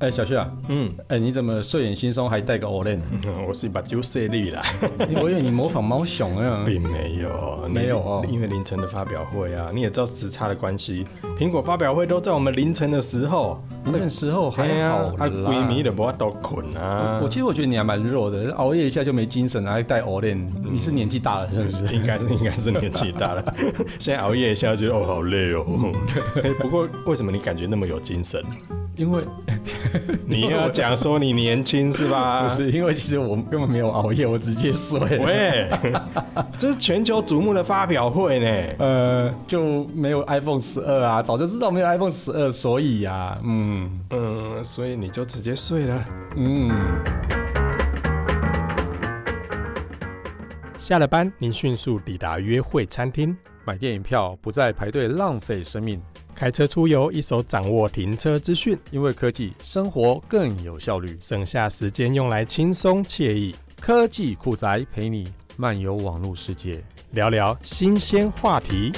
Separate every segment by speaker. Speaker 1: 哎、小旭啊，
Speaker 2: 嗯，
Speaker 1: 哎、你怎么睡眼惺忪还戴个 Olen？
Speaker 2: 我是把酒睡绿啦，
Speaker 1: 啊我以为你模仿猫熊啊。
Speaker 2: 并没有，
Speaker 1: 没有哦
Speaker 2: 因为凌晨的发表会啊，你也知道时差的关系，苹果发表会都在我们凌晨的时候，
Speaker 1: 那时候还好
Speaker 2: 啊，
Speaker 1: 啦。
Speaker 2: 闺蜜的不都困啊
Speaker 1: 我，其实我觉得你还蛮弱的，熬夜一下就没精神了，还戴 Olen，你是年纪大了是不是？
Speaker 2: 应该是应该是年纪 大了，现在熬夜一下觉得哦好累哦，哎不过为什么你感觉那么有 精神？
Speaker 1: 因为
Speaker 2: 你要讲说你年轻是吧
Speaker 1: 不？是因为其 实我根本没有熬夜，我直接睡了。
Speaker 2: 喂，这是全球瞩目的发表会呢。
Speaker 1: 呃，就没有 iPhone 十二啊，早就知道没有 iPhone 十二，所以啊，嗯
Speaker 2: 嗯，所以你就直接睡了。
Speaker 1: 嗯，
Speaker 2: 下了班，您迅速抵达约会餐厅，
Speaker 1: 买电影票不再排队浪费生命，
Speaker 2: 开车出游，一手掌握停车资讯，
Speaker 1: 因为科技生活更有效率。
Speaker 2: 省下时间用来轻松惬意
Speaker 1: 科技酷宅陪你漫游网络世界。
Speaker 2: 聊聊新鲜话题。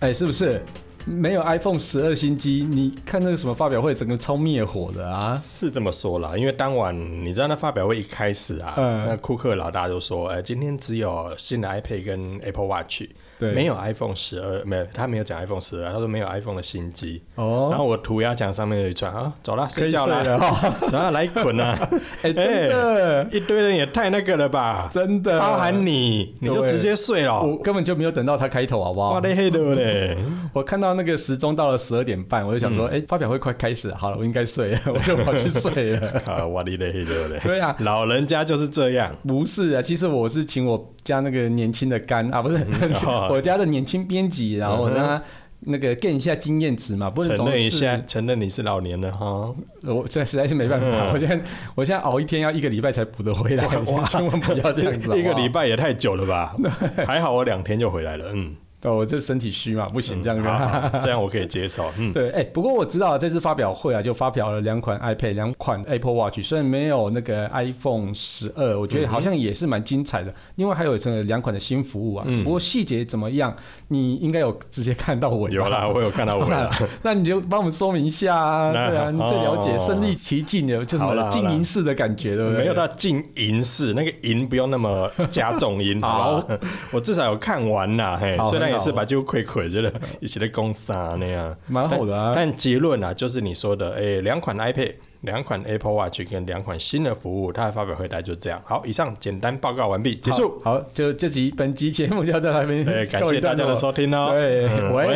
Speaker 1: 哎、是不是？没有 iPhone 十二新机，你看那个什么发表会，整个超灭火的啊！
Speaker 2: 是这么说啦，因为当晚你知道那发表会一开始啊，
Speaker 1: 嗯
Speaker 2: 那库克老大就说，呃，今天只有新的 iPad 跟 Apple Watch，
Speaker 1: 对
Speaker 2: 没有 iPhone 十二，没有，他没有讲 iPhone 十二，他说没有 iPhone 的新机。然
Speaker 1: 哦，
Speaker 2: 后我涂鸦墙上面有一串啊，走啦，
Speaker 1: 可
Speaker 2: 睡
Speaker 1: 以
Speaker 2: 觉
Speaker 1: 睡
Speaker 2: 啦，
Speaker 1: 了哦。
Speaker 2: 走啦，来滚 啦，
Speaker 1: 哎、真的、
Speaker 2: 一堆人也太那个了吧，
Speaker 1: 真的，
Speaker 2: 包含你，你就
Speaker 1: 对
Speaker 2: 直接睡了
Speaker 1: 我，根本就没有等到它开头，好不好
Speaker 2: 哇？嘞嘿的嘞，
Speaker 1: 我看到那个时钟到了十二点半，我就想
Speaker 2: 嗯
Speaker 1: 说，哎、发表会快开始了，好了，我应该睡了，我就跑去睡 了。
Speaker 2: 啊，哇嘞嘞嘿的嘞，
Speaker 1: 对啊，
Speaker 2: 老人家就是这样，
Speaker 1: 不是啊，其实我是请我家那个年轻的干啊，不是、
Speaker 2: 哦
Speaker 1: 我家的年轻编辑，然后让他那个 gain 一下经验值嘛，不能
Speaker 2: 承
Speaker 1: 总
Speaker 2: 认一
Speaker 1: 是
Speaker 2: 下，承认你是老年人哈。
Speaker 1: 我这实在是没办法，
Speaker 2: 嗯
Speaker 1: 我现在我现在熬一天要一个礼拜才补得回来， 千万不要这样子好不啊好
Speaker 2: 一个礼，拜也太久 了吧？还好我两天就回来了，嗯，
Speaker 1: 哦，我这身体虚嘛，不行这样子。
Speaker 2: 好好这样我可以接受，嗯，
Speaker 1: 对，哎、不过我知道这次发表会啊，就发表了两款 iPad、两款 Apple Watch，虽然没有那个 iPhone 十二，我觉
Speaker 2: 嗯
Speaker 1: 得好像也是蛮精彩的。另外还有这个两款的新服务啊，
Speaker 2: 嗯
Speaker 1: 不过细节怎么样，你应该有直接看到我
Speaker 2: 有啦，我有看到我
Speaker 1: 当然
Speaker 2: 了
Speaker 1: 了，，那你就帮我们说明一下啊，
Speaker 2: 那
Speaker 1: 对啊，你最了解
Speaker 2: 哦
Speaker 1: 身临其境的，就是什
Speaker 2: 好啦好
Speaker 1: 么
Speaker 2: 啦
Speaker 1: 经营式的感觉，对不对？
Speaker 2: 没有到进银式，那个银不用那么加 重音，
Speaker 1: 好
Speaker 2: 吧， 我至少有看完啦，嘿
Speaker 1: 好，
Speaker 2: 虽然也是
Speaker 1: 很好
Speaker 2: 把就愧愧觉得一起的攻杀那样，
Speaker 1: 蛮好的啊。
Speaker 2: 但结论啊，就是你说的，哎，两款 iPad。两款 Apple Watch 跟两款新的服务，它的发表会大概就这样。好，以上简单报告完毕，结束。
Speaker 1: 好，好就这集本集节目就到这边
Speaker 2: 哎，， 感
Speaker 1: 告
Speaker 2: 谢
Speaker 1: 一
Speaker 2: 大
Speaker 1: 段
Speaker 2: 家
Speaker 1: 落
Speaker 2: 的收听哦。
Speaker 1: 对
Speaker 2: 嗯
Speaker 1: 喂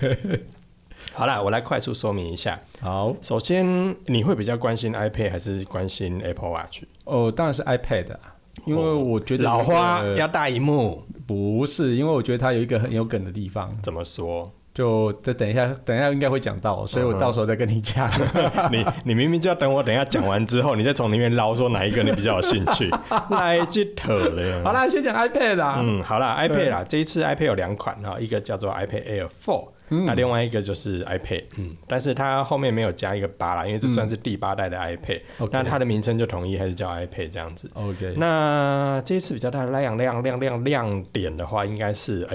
Speaker 2: 喂。好啦，我来快速说明一下。
Speaker 1: 好，
Speaker 2: 首先，你会比较关心 iPad 还是关心 Apple Watch？
Speaker 1: 哦，当然是 iPad，啊因为我觉得
Speaker 2: 哦老
Speaker 1: 那
Speaker 2: 花
Speaker 1: 个
Speaker 2: 要大荧幕，
Speaker 1: 不是，因为我觉得它有一个很有梗的地方，
Speaker 2: 怎么说？
Speaker 1: 就再等一下，等一下应该会讲到，所以我到时候再跟你讲。
Speaker 2: 你你明明就要等我等一下讲完之后，你再从里面捞说哪一个你比较有兴 趣，来这头 了。
Speaker 1: 好啦，先讲 iPad 啊，
Speaker 2: 嗯，好啦 i p a d 啦，这一次 iPad 有两款啊，一个叫做 iPad Air Four，、那另外一个就是 iPad，嗯，但是它后面没有加一个八啦，因为这算是第八代的 iPad，、
Speaker 1: OK
Speaker 2: 那它的名称就统一还是叫 iPad 这样子。
Speaker 1: OK，
Speaker 2: 那这一次比较大的亮亮亮亮亮点的话，应该是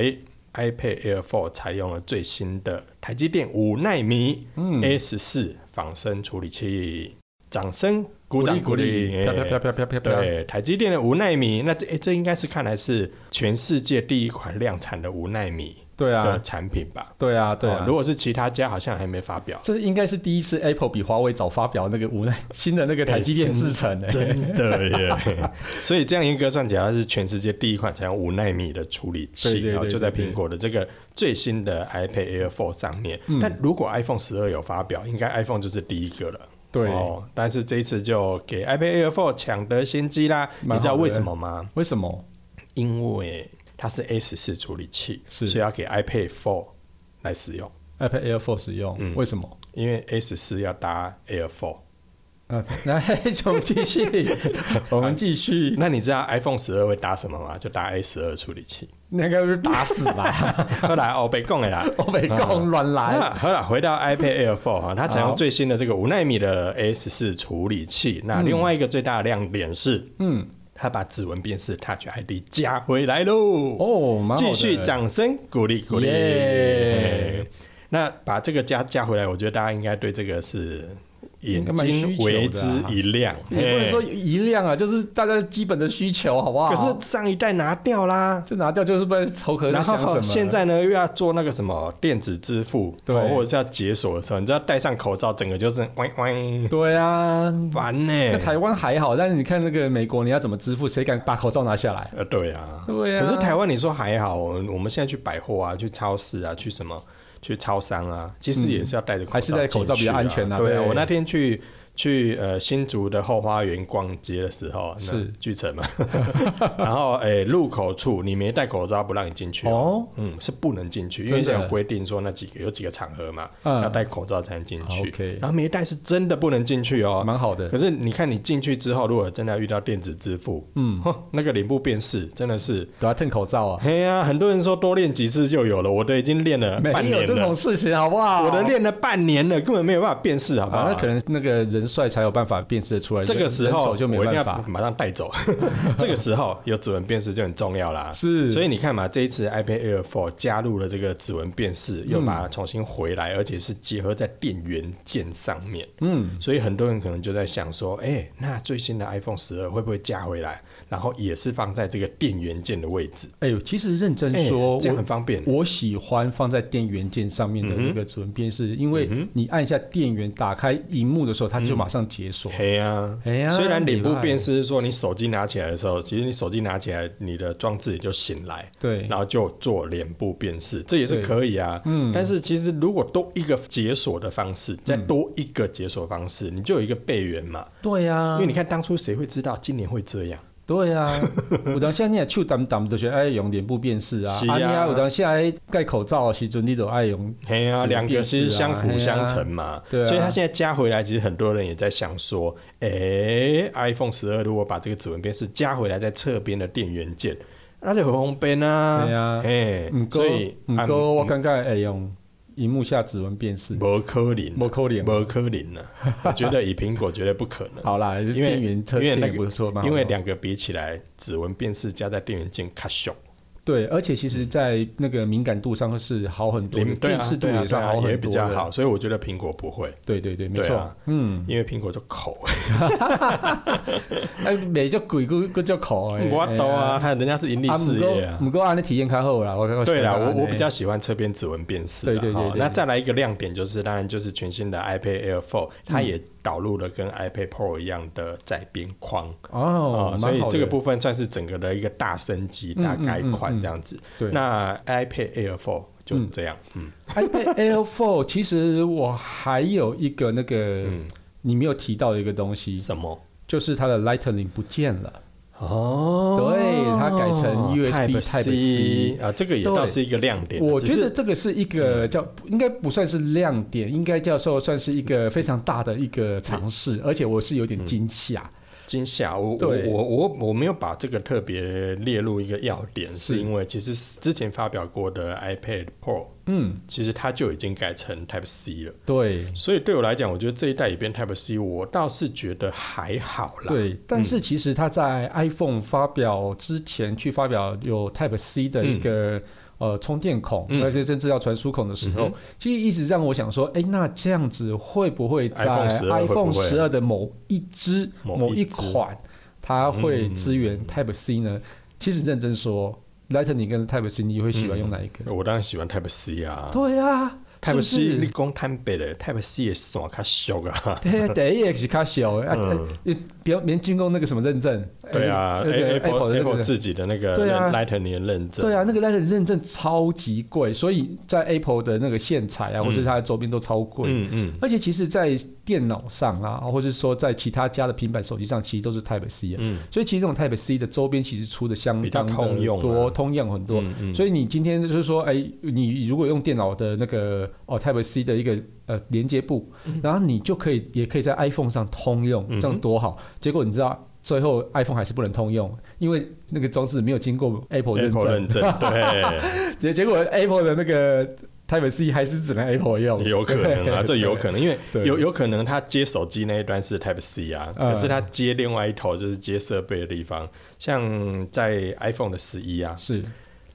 Speaker 2: 哎、iPad Air 4采用了最新的台积电五纳米 S 四仿生处理器，掌声鼓掌鼓励，
Speaker 1: 啪啪啪啪啪啪啪，
Speaker 2: 对，台积电的五纳米，那这、诶这应该是看来是全世界第一款量产的五纳米
Speaker 1: 对
Speaker 2: 的
Speaker 1: 啊，
Speaker 2: 产品吧？
Speaker 1: 对啊，对
Speaker 2: 哦
Speaker 1: 啊。
Speaker 2: 如。果是其他家，好像还没发表
Speaker 1: 这应该是第一次 Apple 比华为早发表那个无奈新的那个台积电制程欸的、
Speaker 2: 真 的耶！所以这样严格算起来，它是全世界第一款采用五纳米的处理器，
Speaker 1: 对对对
Speaker 2: 然后就
Speaker 1: 对
Speaker 2: 在
Speaker 1: 对
Speaker 2: 苹果的这个最新的 iPad Air 4上面。但如果 iPhone 十二有发表，应该 iPhone 就是第一个了。
Speaker 1: 对，
Speaker 2: 哦，但是这一次就给 iPad Air 4抢得先机啦！你
Speaker 1: 蛮
Speaker 2: 知道
Speaker 1: 好的
Speaker 2: 为什么吗？
Speaker 1: 为什么？
Speaker 2: 因为它是 S 四处理器，
Speaker 1: 是
Speaker 2: 所以要给 iPad Four 来使用，
Speaker 1: iPad Air Force 使用，
Speaker 2: 嗯
Speaker 1: 为什么？
Speaker 2: 因为 S 四要搭 Air Four。
Speaker 1: 啊， 来，我们继 续，我们继续，
Speaker 2: 那你知道 iPhone 十二会搭什么吗？就搭 A 十二处理器。
Speaker 1: 那个被打死吧，
Speaker 2: 后来哦，被供了啦。
Speaker 1: 我被供乱来，
Speaker 2: 那啊好了，回到 iPad Air 4哈，它采
Speaker 1: 哎好
Speaker 2: 用最新的这个五纳米的 S 四处理器。那另外一个最大的亮点是，
Speaker 1: 嗯，
Speaker 2: 它把指纹辨识 Touch ID 加回来喽。
Speaker 1: 哦，蛮好的
Speaker 2: 继续掌声鼓励鼓励。
Speaker 1: 耶
Speaker 2: 那把这个加加回来，我觉得大家应该对这个是眼
Speaker 1: 该蛮需
Speaker 2: 睛
Speaker 1: 求的啊
Speaker 2: 为之一亮。
Speaker 1: 也不能
Speaker 2: 嘿
Speaker 1: 说一量啊，就是大家基本的需求，好不好？
Speaker 2: 可是上一代拿掉啦，
Speaker 1: 就拿掉，就是不知道头壳在
Speaker 2: 然
Speaker 1: 想什
Speaker 2: 后
Speaker 1: 么。
Speaker 2: 现在呢又要做那个什么电子支付，
Speaker 1: 对
Speaker 2: 哦或者是要解锁的时候，你知道戴上口罩，整个就是歪歪
Speaker 1: 对啊，
Speaker 2: 烦呢、
Speaker 1: 那台湾还好，但是你看那个美国，你要怎么支付？谁敢把口罩拿下来？
Speaker 2: 呃，对啊，
Speaker 1: 对啊，
Speaker 2: 可是台湾你说还好，我们现在去百货啊，去超市啊，去什么去超商啊，其实也是要戴着口罩、
Speaker 1: 嗯还是戴口罩比较安全啊
Speaker 2: 啊。对
Speaker 1: 对
Speaker 2: 我那天去。去呃新竹的后花园逛街的时候，那
Speaker 1: 是
Speaker 2: 巨城嘛， 然后哎、入口处你没戴口罩不让你进去哦，
Speaker 1: 哦
Speaker 2: 嗯是不能进去，因
Speaker 1: 真
Speaker 2: 为
Speaker 1: 的
Speaker 2: 这样规定说那几个有几个场合嘛，
Speaker 1: 嗯啊
Speaker 2: 要戴口罩才能进去，
Speaker 1: OK
Speaker 2: 然后没戴是真的不能进去哦，
Speaker 1: 蛮好的
Speaker 2: 可，是你看，你进去之后，如果真的要遇到电子支付，嗯，那个脸部辨识真的是，
Speaker 1: 都要蹭口罩啊，
Speaker 2: 嘿呀、很多人说多练几次就有了，我都已经练了半
Speaker 1: 没有
Speaker 2: 年
Speaker 1: 这
Speaker 2: 了
Speaker 1: 种，事情，好不好？
Speaker 2: 我都练了半年了，根本没有办法辨识，好不好？
Speaker 1: 啊，那可能那个人帅才有办法辨识得出来，
Speaker 2: 这个
Speaker 1: 人
Speaker 2: 时
Speaker 1: 人
Speaker 2: 候
Speaker 1: 丑就没
Speaker 2: 我一
Speaker 1: 办
Speaker 2: 定要
Speaker 1: 法，
Speaker 2: 马上带走。 这个时候有指纹辨识就很重要 啦。
Speaker 1: 是
Speaker 2: 所以你看嘛，这一次 iPad Air 4加入了这个指纹辨识，
Speaker 1: 嗯
Speaker 2: 又把它重新回来，而且是结合在电源键上面。嗯，所以很多人可能就在想说，哎、那最新的 iPhone 十二会不会加回来，然后也是放在这个电源键的位置？
Speaker 1: 哎呦，其实认真
Speaker 2: 哎
Speaker 1: 说，
Speaker 2: 这样
Speaker 1: 我
Speaker 2: 很方便。
Speaker 1: 我喜欢放在电源键上面的那个嗯指纹辨识，因为你按一下电源打开荧幕的时候，它就马上解锁。
Speaker 2: 嘿呀、
Speaker 1: 哎呀
Speaker 2: 虽然脸部
Speaker 1: 厉害
Speaker 2: 辨识是说你手机拿起来的时候，其实你手机拿起来，你的装置也就醒来，
Speaker 1: 对，
Speaker 2: 然后就做脸部辨识，这也是可以啊。嗯，但是其实如果多一个解锁的方式，再
Speaker 1: 嗯
Speaker 2: 多一个解锁方式，你就有一个备源嘛。
Speaker 1: 对呀
Speaker 2: 因为，你看当初谁会知道今年会这样？
Speaker 1: 对 呀。有当下你也手挡挡，就是爱用脸部辨识啊。
Speaker 2: 是啊
Speaker 1: 你啊有当下戴口罩的时阵，你都爱用。
Speaker 2: 嘿
Speaker 1: 这
Speaker 2: 啊，
Speaker 1: 个
Speaker 2: 两个
Speaker 1: 辨
Speaker 2: 其
Speaker 1: 识
Speaker 2: 实
Speaker 1: 啊
Speaker 2: 相辅相成嘛。
Speaker 1: 嘿啊对啊
Speaker 2: 所以他现在加回来，其实很多人也在想说，诶 i p h o n e 十二如果把这个指纹辨识加回来在侧边的电源键，那就很方便啊。
Speaker 1: 对啊
Speaker 2: 嘿
Speaker 1: 唔过
Speaker 2: 所以
Speaker 1: 唔
Speaker 2: 啊
Speaker 1: 过，我感觉会用荧幕下指纹辨识，
Speaker 2: 无可能，
Speaker 1: 无可能。
Speaker 2: 无嗯可能了。 我觉得以苹果绝对不可能。
Speaker 1: 好啦，还是
Speaker 2: 因为
Speaker 1: 电源测
Speaker 2: 因为
Speaker 1: 定
Speaker 2: 那
Speaker 1: 也
Speaker 2: 个
Speaker 1: 不错嘛。
Speaker 2: 因为两个比起来，指纹辨识加在电源键卡小，
Speaker 1: 对，而且其实，在那个敏感度上是好很多的，
Speaker 2: 零对
Speaker 1: 辨
Speaker 2: 啊
Speaker 1: 识度
Speaker 2: 对啊
Speaker 1: 也是
Speaker 2: 对啊
Speaker 1: 好很多，
Speaker 2: 也比较好，。所以我觉得苹果不会，
Speaker 1: 对对对，没
Speaker 2: 对
Speaker 1: 错。
Speaker 2: 啊
Speaker 1: 嗯，
Speaker 2: 因为苹果就口，
Speaker 1: 哎，美足贵，佫佫足酷诶。
Speaker 2: 我懂啊，
Speaker 1: 哎呀，
Speaker 2: 他人家是盈利
Speaker 1: 啊，
Speaker 2: 事
Speaker 1: 毋
Speaker 2: 业
Speaker 1: 过
Speaker 2: 啊。
Speaker 1: 毋过安尼体验较好啦，我
Speaker 2: 对
Speaker 1: 啦，
Speaker 2: 啦，我我比较喜欢侧边指纹辨识
Speaker 1: 对
Speaker 2: 啦。
Speaker 1: 对对
Speaker 2: 齁
Speaker 1: 对
Speaker 2: 那再来一个亮点就是，当然就是全新的 iPad Air 4，它也导入了跟 iPad Pro 一样的窄边框。
Speaker 1: 嗯哦，蛮
Speaker 2: 啊所以
Speaker 1: 好的
Speaker 2: 这个部分算是整个的一个大升级、大改款这样子。
Speaker 1: 嗯对
Speaker 2: 那 iPad Air 4就这样，嗯，
Speaker 1: iPad Air 4，其哎实我还有一个那个
Speaker 2: 嗯
Speaker 1: 你没有提到的一个东西，
Speaker 2: 什么？
Speaker 1: 就是它的 Lightning 不见了。
Speaker 2: 哦
Speaker 1: 对它改成 USB Type
Speaker 2: C 啊，这个也倒是一个亮点。啊
Speaker 1: 我
Speaker 2: 只
Speaker 1: 觉得
Speaker 2: 是嗯
Speaker 1: 这个是一个叫应该不算是亮点，应该叫说算是一
Speaker 2: 嗯
Speaker 1: 个非常大的一个尝试，而且我是有点惊吓。
Speaker 2: 惊吓我我
Speaker 1: 对
Speaker 2: 我我我没有把这个特别列入一个要点，
Speaker 1: 是
Speaker 2: 是因为其实之前发表过的 iPad Pro，
Speaker 1: 嗯，
Speaker 2: 其实它就已经改成 Type C 了。
Speaker 1: 对。
Speaker 2: 所以对我来讲，我觉得这一代也变 Type C，我倒是觉得还好啦。
Speaker 1: 对，但是其实它在 iPhone 发表之前去发表有 Type C 的一个、呃充电孔，
Speaker 2: 嗯
Speaker 1: 而且甚至要传输孔的时候，
Speaker 2: 嗯哼
Speaker 1: 其实一直让我想说，哎，那这样子会不会在
Speaker 2: iPhone 12会不
Speaker 1: iPhone
Speaker 2: 会
Speaker 1: 十二的某一支
Speaker 2: 某一
Speaker 1: 某一
Speaker 2: 支嗯
Speaker 1: 款它会支援 Type C 呢？其实认真说，Lightning 跟 Type C，你会喜欢用哪一个？
Speaker 2: 我当然喜欢 Type C 嗯啊
Speaker 1: 对啊。是不
Speaker 2: ，Type
Speaker 1: 是
Speaker 2: C 你讲坦白的，Type C 的线较小啊。
Speaker 1: 对，第一个是卡小，啊
Speaker 2: 嗯
Speaker 1: 呃不要免经过那个什么认证。哎
Speaker 2: 对啊
Speaker 1: 那个
Speaker 2: ，A-
Speaker 1: Apple
Speaker 2: ，Apple
Speaker 1: 的那个
Speaker 2: Apple 自己的那个
Speaker 1: 对啊
Speaker 2: Lightning 的认证，
Speaker 1: 对啊，那个但是认证超级贵，所以在 Apple 的那个线材啊，或是它的周边都超贵。
Speaker 2: 嗯嗯，
Speaker 1: 而且其实，在电脑上啊，或是说在其他家的平板、手机上，其实都是 Type C 啊。
Speaker 2: 嗯
Speaker 1: 所以其实这种 Type C 的周边其实出的相当
Speaker 2: 比
Speaker 1: 的
Speaker 2: 较通用啊
Speaker 1: 多，通用很多。
Speaker 2: 嗯嗯
Speaker 1: 所以你今天就是说，哎，你如果用电脑的那个哦 Type C 的一个呃连接部，然后你就可以也可以在 iPhone 上通用，
Speaker 2: 嗯嗯哼
Speaker 1: 这样多好。结果你知道最后 iPhone 还是不能通用，因为
Speaker 2: 嗯
Speaker 1: 那个装置没有经过 Apple 认证
Speaker 2: Apple。认证，对，
Speaker 1: 结结果 Apple 的那个 Type C 还是只能 Apple 用，
Speaker 2: 有可能 啊，
Speaker 1: 对
Speaker 2: 这有可能，因为
Speaker 1: 对
Speaker 2: 有有可能他接手机那一端是 Type C 啊，
Speaker 1: 嗯
Speaker 2: 可是他接另外一头就是接设备的地方，像在 iPhone 的十一啊，
Speaker 1: 是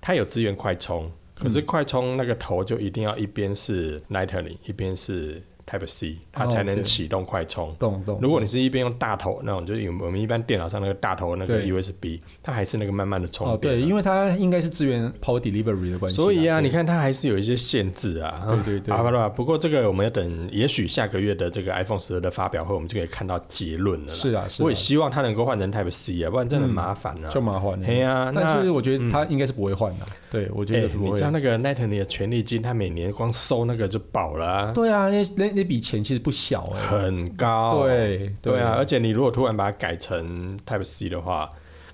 Speaker 2: 它有资源快充，可
Speaker 1: 嗯
Speaker 2: 是快充那个头就一定要一边是 Lightning，一边是 Type C，它才
Speaker 1: 哦
Speaker 2: 能
Speaker 1: ，OK
Speaker 2: 启动快充。
Speaker 1: 懂懂。
Speaker 2: 如果你是一啊边用大头那种，就是我们一般电脑上那个大头那个
Speaker 1: 对
Speaker 2: USB，它还是那个慢慢的充
Speaker 1: 哦，
Speaker 2: 电啊、
Speaker 1: 对，因为它应该是支援 Power Delivery 的关系啦，
Speaker 2: 所以啊，
Speaker 1: 对
Speaker 2: 你看它还是有一些限制啊。
Speaker 1: 对对对
Speaker 2: 啊，巴拉巴拉不过这个我们要等，也许下个月的这个 iPhone 十二的发表会，我们就可以看到结论了啦。
Speaker 1: 是啊是啊
Speaker 2: 我也希望它能够换成 Type C 啊，不然真的很麻烦啊。
Speaker 1: 就麻烦了。
Speaker 2: 嘿呀、那嗯
Speaker 1: 但是我觉得他应该是不会换的，对我觉
Speaker 2: 哎、
Speaker 1: 得是不
Speaker 2: 你
Speaker 1: 会
Speaker 2: 知。道那个 Net 你的权利金，它每年光收那个就饱了、啊，
Speaker 1: 对啊，那那那笔钱其实不小哎。
Speaker 2: 很高。
Speaker 1: 对
Speaker 2: 对啊，，而且你如果突然把它改成 Type C 的话，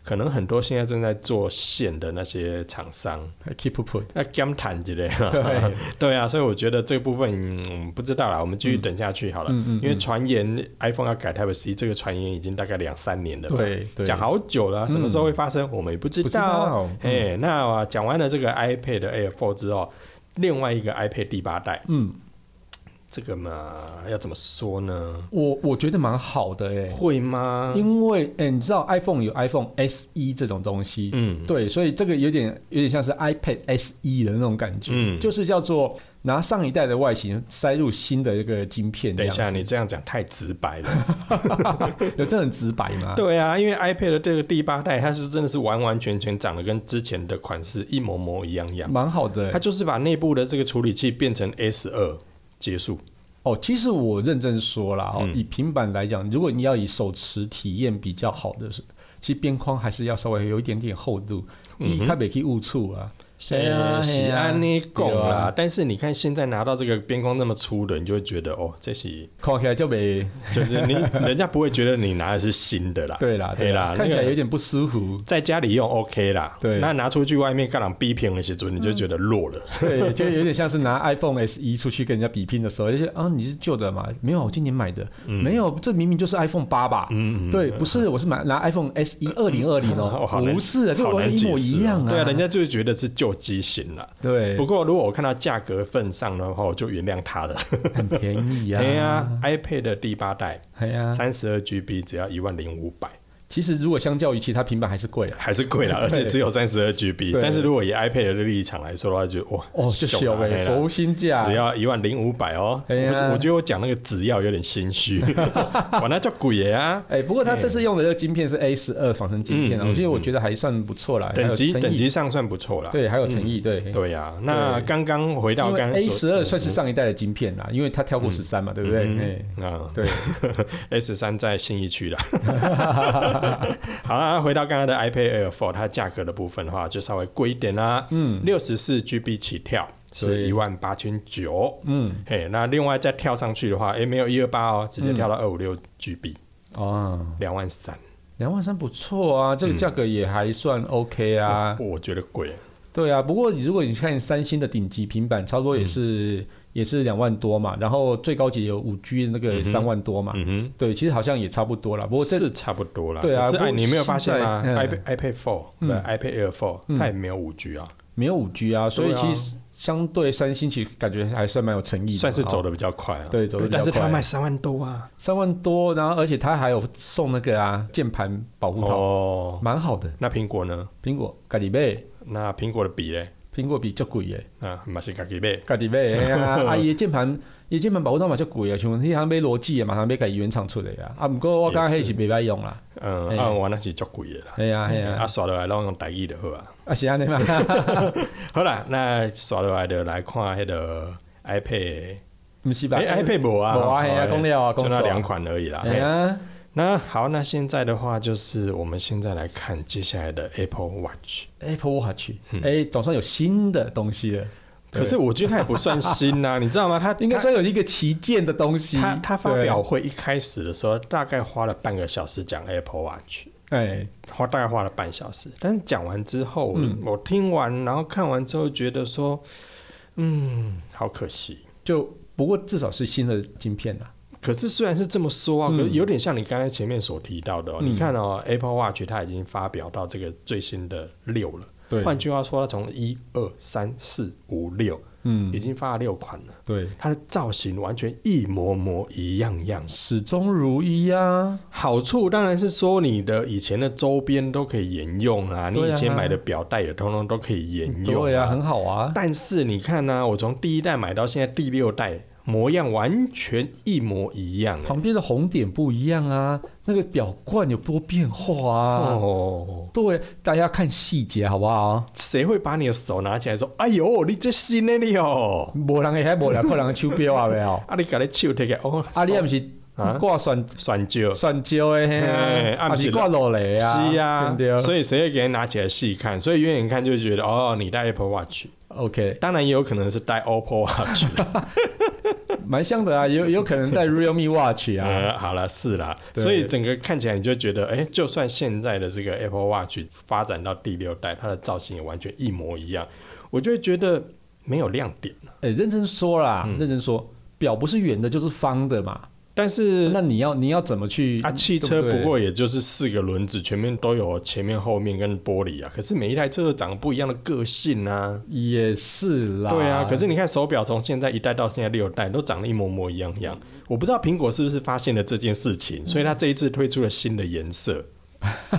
Speaker 2: 可能很多现在正在做线的那些厂商，
Speaker 1: ，keep put。
Speaker 2: 那甘谈之类的。
Speaker 1: 对，
Speaker 2: 对啊，所以我觉得这个部分嗯不知道啦，我们继续等下去好了。
Speaker 1: 嗯嗯
Speaker 2: 因为传言 iPhone 要改 Type C，这个传言已经大概两三年了吧，
Speaker 1: 对对嗯
Speaker 2: 讲好久了啊，什么时候会发生、我们也不知
Speaker 1: 不知道啊
Speaker 2: 哎、那我讲完了这个 iPad Air 4之后，另外一个 iPad 第八代，
Speaker 1: 嗯，
Speaker 2: 这个嘛要怎么说呢？
Speaker 1: 我我觉得蛮好的哎，
Speaker 2: 会吗？
Speaker 1: 因为哎，你知道 iPhone 有 iPhone SE 这种东西，
Speaker 2: 嗯，
Speaker 1: 对，所以这个有点有点像是 iPad SE 的那种感觉，
Speaker 2: 嗯
Speaker 1: 就是叫做拿上一代的外形塞入新的一个晶片这
Speaker 2: 等一
Speaker 1: 样子。
Speaker 2: 下，你这样讲太直白了。
Speaker 1: 有这很直白吗？
Speaker 2: 对啊，因为 iPad 的这个第八代，它是真的是完完全全长得跟之前的款式一模模一样样。
Speaker 1: 蛮好的
Speaker 2: 它就是把内部的这个处理器变成 S 二结束。
Speaker 1: 哦。其实我认真说啦，哦，
Speaker 2: 嗯
Speaker 1: 以平板来讲，如果你要以手持体验比较好的是，其实边框还是要稍微有一点点厚度，
Speaker 2: 嗯
Speaker 1: 你它别可以误触啊。
Speaker 2: 谁喜哎安尼贡
Speaker 1: 对
Speaker 2: 啦
Speaker 1: 啊，
Speaker 2: 但是你看现在拿到这个边框那么粗的，你就会觉得哦，这是
Speaker 1: 看起来就没
Speaker 2: 就是你 人家不会觉得你拿的是新的啦。
Speaker 1: 对啦，
Speaker 2: 嘿
Speaker 1: 对啦，看起来
Speaker 2: 那个，
Speaker 1: 有点不舒服
Speaker 2: 在家里用 OK 啦，
Speaker 1: 对
Speaker 2: 那拿出去外面干朗逼平的时候，你就觉得弱了。
Speaker 1: 对，就有点像是拿 iPhone SE 出去跟人家比拼的时候，就是啊，你是旧的嘛？没有，我今年买的，没有，这明明就是 iPhone 八吧？
Speaker 2: 嗯嗯，嗯
Speaker 1: 对，不是，我是买拿 iPhone SE 二零二零
Speaker 2: 哦
Speaker 1: 哦
Speaker 2: 好，难
Speaker 1: 不是，就
Speaker 2: 好
Speaker 1: 完
Speaker 2: 难
Speaker 1: 全
Speaker 2: 解
Speaker 1: 一
Speaker 2: 释
Speaker 1: 模
Speaker 2: 哦
Speaker 1: 一样啊，
Speaker 2: 对啊，人家就会觉得是旧机型啦。
Speaker 1: 对
Speaker 2: 不，过如果我看到价格份上的话，我就原谅他了。
Speaker 1: 很便宜呀，
Speaker 2: 哎呀，iPad 的第八代
Speaker 1: 哎呀，
Speaker 2: 三十二 GB 只要一万零五百，
Speaker 1: 其实如果相较于其他平板还是贵啊。
Speaker 2: 还是贵 啦，而且只有三十二 GB。
Speaker 1: 对
Speaker 2: 但是如果以 iPad 的立场来说的话，就哇
Speaker 1: 哦，就
Speaker 2: 凶
Speaker 1: 小
Speaker 2: 啊嘿
Speaker 1: 哎，
Speaker 2: 啦
Speaker 1: 佛心价，
Speaker 2: 只要一万零五百哦。
Speaker 1: 哎呀
Speaker 2: 我我觉得我讲那个只要有点 心虚，管那叫鬼爷啊。
Speaker 1: 哎，不过他这次用的这个晶片是 A 十二仿生晶片啊，
Speaker 2: 嗯嗯
Speaker 1: 我觉得我觉得还算不错啦，还
Speaker 2: 等
Speaker 1: 有
Speaker 2: 级
Speaker 1: 诚
Speaker 2: 等
Speaker 1: 意，
Speaker 2: 级嗯上算不错啦。
Speaker 1: 对，还有诚意，对。
Speaker 2: 对呀、那
Speaker 1: 对
Speaker 2: 刚刚回到
Speaker 1: 因为
Speaker 2: 刚
Speaker 1: A 十二
Speaker 2: 嗯
Speaker 1: 算是上一代的晶片啦，因为它跳过十三嘛，对不对？哎
Speaker 2: 啊
Speaker 1: 对，
Speaker 2: ，S 三在信义区啦。好啦， 回到刚刚的 iPad Air 4，它价格的部分的话，就稍微贵一点啦。嗯，六十四 GB 起跳是
Speaker 1: 对
Speaker 2: 一万八千九。
Speaker 1: 嗯，
Speaker 2: 嘿，那另外再跳上去的话，哎、没有一二八哦，直接跳到
Speaker 1: 嗯
Speaker 2: 二五六 GB，
Speaker 1: 哦，
Speaker 2: 两万三，
Speaker 1: 两万三不错啊，这
Speaker 2: 嗯
Speaker 1: 个价格也还算 OK 啊。
Speaker 2: 哦我觉得贵。
Speaker 1: 对啊，不过如果你看三星的顶级平板，差不多也是、
Speaker 2: 嗯
Speaker 1: 也是两万多嘛，然后最高级有五 G 的那个三万多嘛，
Speaker 2: 嗯哼。
Speaker 1: 对，其实好像也差不多啦。不过这
Speaker 2: 是差不多啦，
Speaker 1: 对啊
Speaker 2: 可是
Speaker 1: 不过
Speaker 2: 哎，你没有发现吗
Speaker 1: 现在嗯
Speaker 2: ？iPad iPad Four 不是 iPad Air Four，它也没有五 G 啊，
Speaker 1: 没有五 G 啊，所以
Speaker 2: 对啊
Speaker 1: 其实相对三星其实感觉还算蛮有诚意的，
Speaker 2: 算是走
Speaker 1: 的
Speaker 2: 的比较快啊。
Speaker 1: 对走得比较
Speaker 2: 但是它
Speaker 1: 快
Speaker 2: 卖三万多啊，
Speaker 1: 三万多，然后而且它还有送那个啊键盘保护套，
Speaker 2: 哦，
Speaker 1: 蛮好的。
Speaker 2: 那苹果呢？
Speaker 1: 苹果咖喱贝，
Speaker 2: 那苹果的笔嘞？
Speaker 1: 苹果比较贵耶，
Speaker 2: 啊，马西卡吉贝，
Speaker 1: 咖喱贝，哎呀，啊伊的键盘。伊的键盘保护套嘛，较贵啊，像迄项买逻辑的，马上要家己原厂出的啊。啊，毋过我感觉迄是袂歹用啦。
Speaker 2: 嗯，
Speaker 1: 嘿
Speaker 2: 啊，我那是足贵的啦。
Speaker 1: 系啊系
Speaker 2: 啊，
Speaker 1: 啊，
Speaker 2: 刷落来拢用台语就好啊。
Speaker 1: 啊是安尼 嘛，
Speaker 2: 好啦，那刷落来就来看迄个 iPad，
Speaker 1: 毋是吧
Speaker 2: 哎，iPad 无啊，
Speaker 1: 无啊，系啊，
Speaker 2: 哦
Speaker 1: 讲了啊，
Speaker 2: 就
Speaker 1: 讲
Speaker 2: 那
Speaker 1: 了
Speaker 2: 两，款而已啦。
Speaker 1: 系
Speaker 2: 嘿
Speaker 1: 啊，
Speaker 2: 那好，那现在的话就是我们现在来看接下来的 Apple Watch。
Speaker 1: Apple Watch，哎，
Speaker 2: 嗯
Speaker 1: 总算有新的东西了，对
Speaker 2: 可是我觉得它也不算新 呐、你知道吗？它
Speaker 1: 应该说有一个旗舰的东西，
Speaker 2: 它它它发
Speaker 1: 对
Speaker 2: 表，会一开始的时候，大概花了半个小时讲 Apple Watch，
Speaker 1: 哎，
Speaker 2: 花大概花了半小时。但是讲完之后，
Speaker 1: 嗯
Speaker 2: 我听完然后看完之后，觉得说，嗯，好可惜。
Speaker 1: 就不过至少是新的晶片啦，
Speaker 2: 可是虽然是这么说
Speaker 1: 嗯
Speaker 2: 啊，可是有点像你刚才前面所提到的、哦，你看哦，Apple Watch 它已经发表到这个最新的六了。
Speaker 1: 对
Speaker 2: 换句话说，它从一二三四五六
Speaker 1: 嗯
Speaker 2: 已，经发了六款了，
Speaker 1: 对，
Speaker 2: 它的造型完全一模模一样样。
Speaker 1: 始终如一啊呀、
Speaker 2: 好处当然是说你的以前的周边都可以沿用啊，你
Speaker 1: 对啊
Speaker 2: 以前买的表带也通通都可以沿用
Speaker 1: 对呀、很好啊。
Speaker 2: 但是你看呢、我从第一代买到现在第六代，模样完全一模一样、欸。
Speaker 1: 旁边的红点不一样啊，那个表冠有多变化啊。
Speaker 2: 哦，
Speaker 1: 对，大家看细节好不好？
Speaker 2: 谁会把你的手拿起来说：“哎呦，你这新的你哦
Speaker 1: 无人会还无人看人的手表啊，没有？”？
Speaker 2: 啊，你把你手摕起来，哦，
Speaker 1: 啊，你也不是
Speaker 2: 啊
Speaker 1: 挂选
Speaker 2: 酸椒，
Speaker 1: 选蕉的嘿
Speaker 2: 嘿
Speaker 1: 啊，
Speaker 2: 啊
Speaker 1: 啊
Speaker 2: 不是
Speaker 1: 是挂落来啊，
Speaker 2: 是啊，
Speaker 1: 对不对
Speaker 2: 所以谁会给你拿起来细看？所以远远看就会觉得，哦，你戴 Apple Watch，
Speaker 1: ？OK，
Speaker 2: 当然也有可能是戴 OPPO Watch。
Speaker 1: 蛮像的啊，有有可能戴 Realme Watch 啊，
Speaker 2: 呃，好了，是啦，
Speaker 1: 对
Speaker 2: 所以整个看起来你就觉得，哎、就算现在的这个 Apple Watch 发展到第六代，它的造型也完全一模一样，我就会觉得没有亮点了。
Speaker 1: 哎，认真说啦，
Speaker 2: 嗯
Speaker 1: 认真说，表不是圆的，就是方的嘛。
Speaker 2: 但是
Speaker 1: 那你要你要怎么去
Speaker 2: 啊，汽车
Speaker 1: 对不
Speaker 2: 不
Speaker 1: 对
Speaker 2: 过也就是四个轮子，全面都有前面、后面跟玻璃啊，可是每一台车都长得不一样的个性啊。
Speaker 1: 也是啦，
Speaker 2: 对啊，可是你看手表从现在一代到现在六代都长得一模模一样样，我不知道苹果是不是发现了这件事
Speaker 1: 嗯
Speaker 2: 情，所以它这一次推出了新的颜色，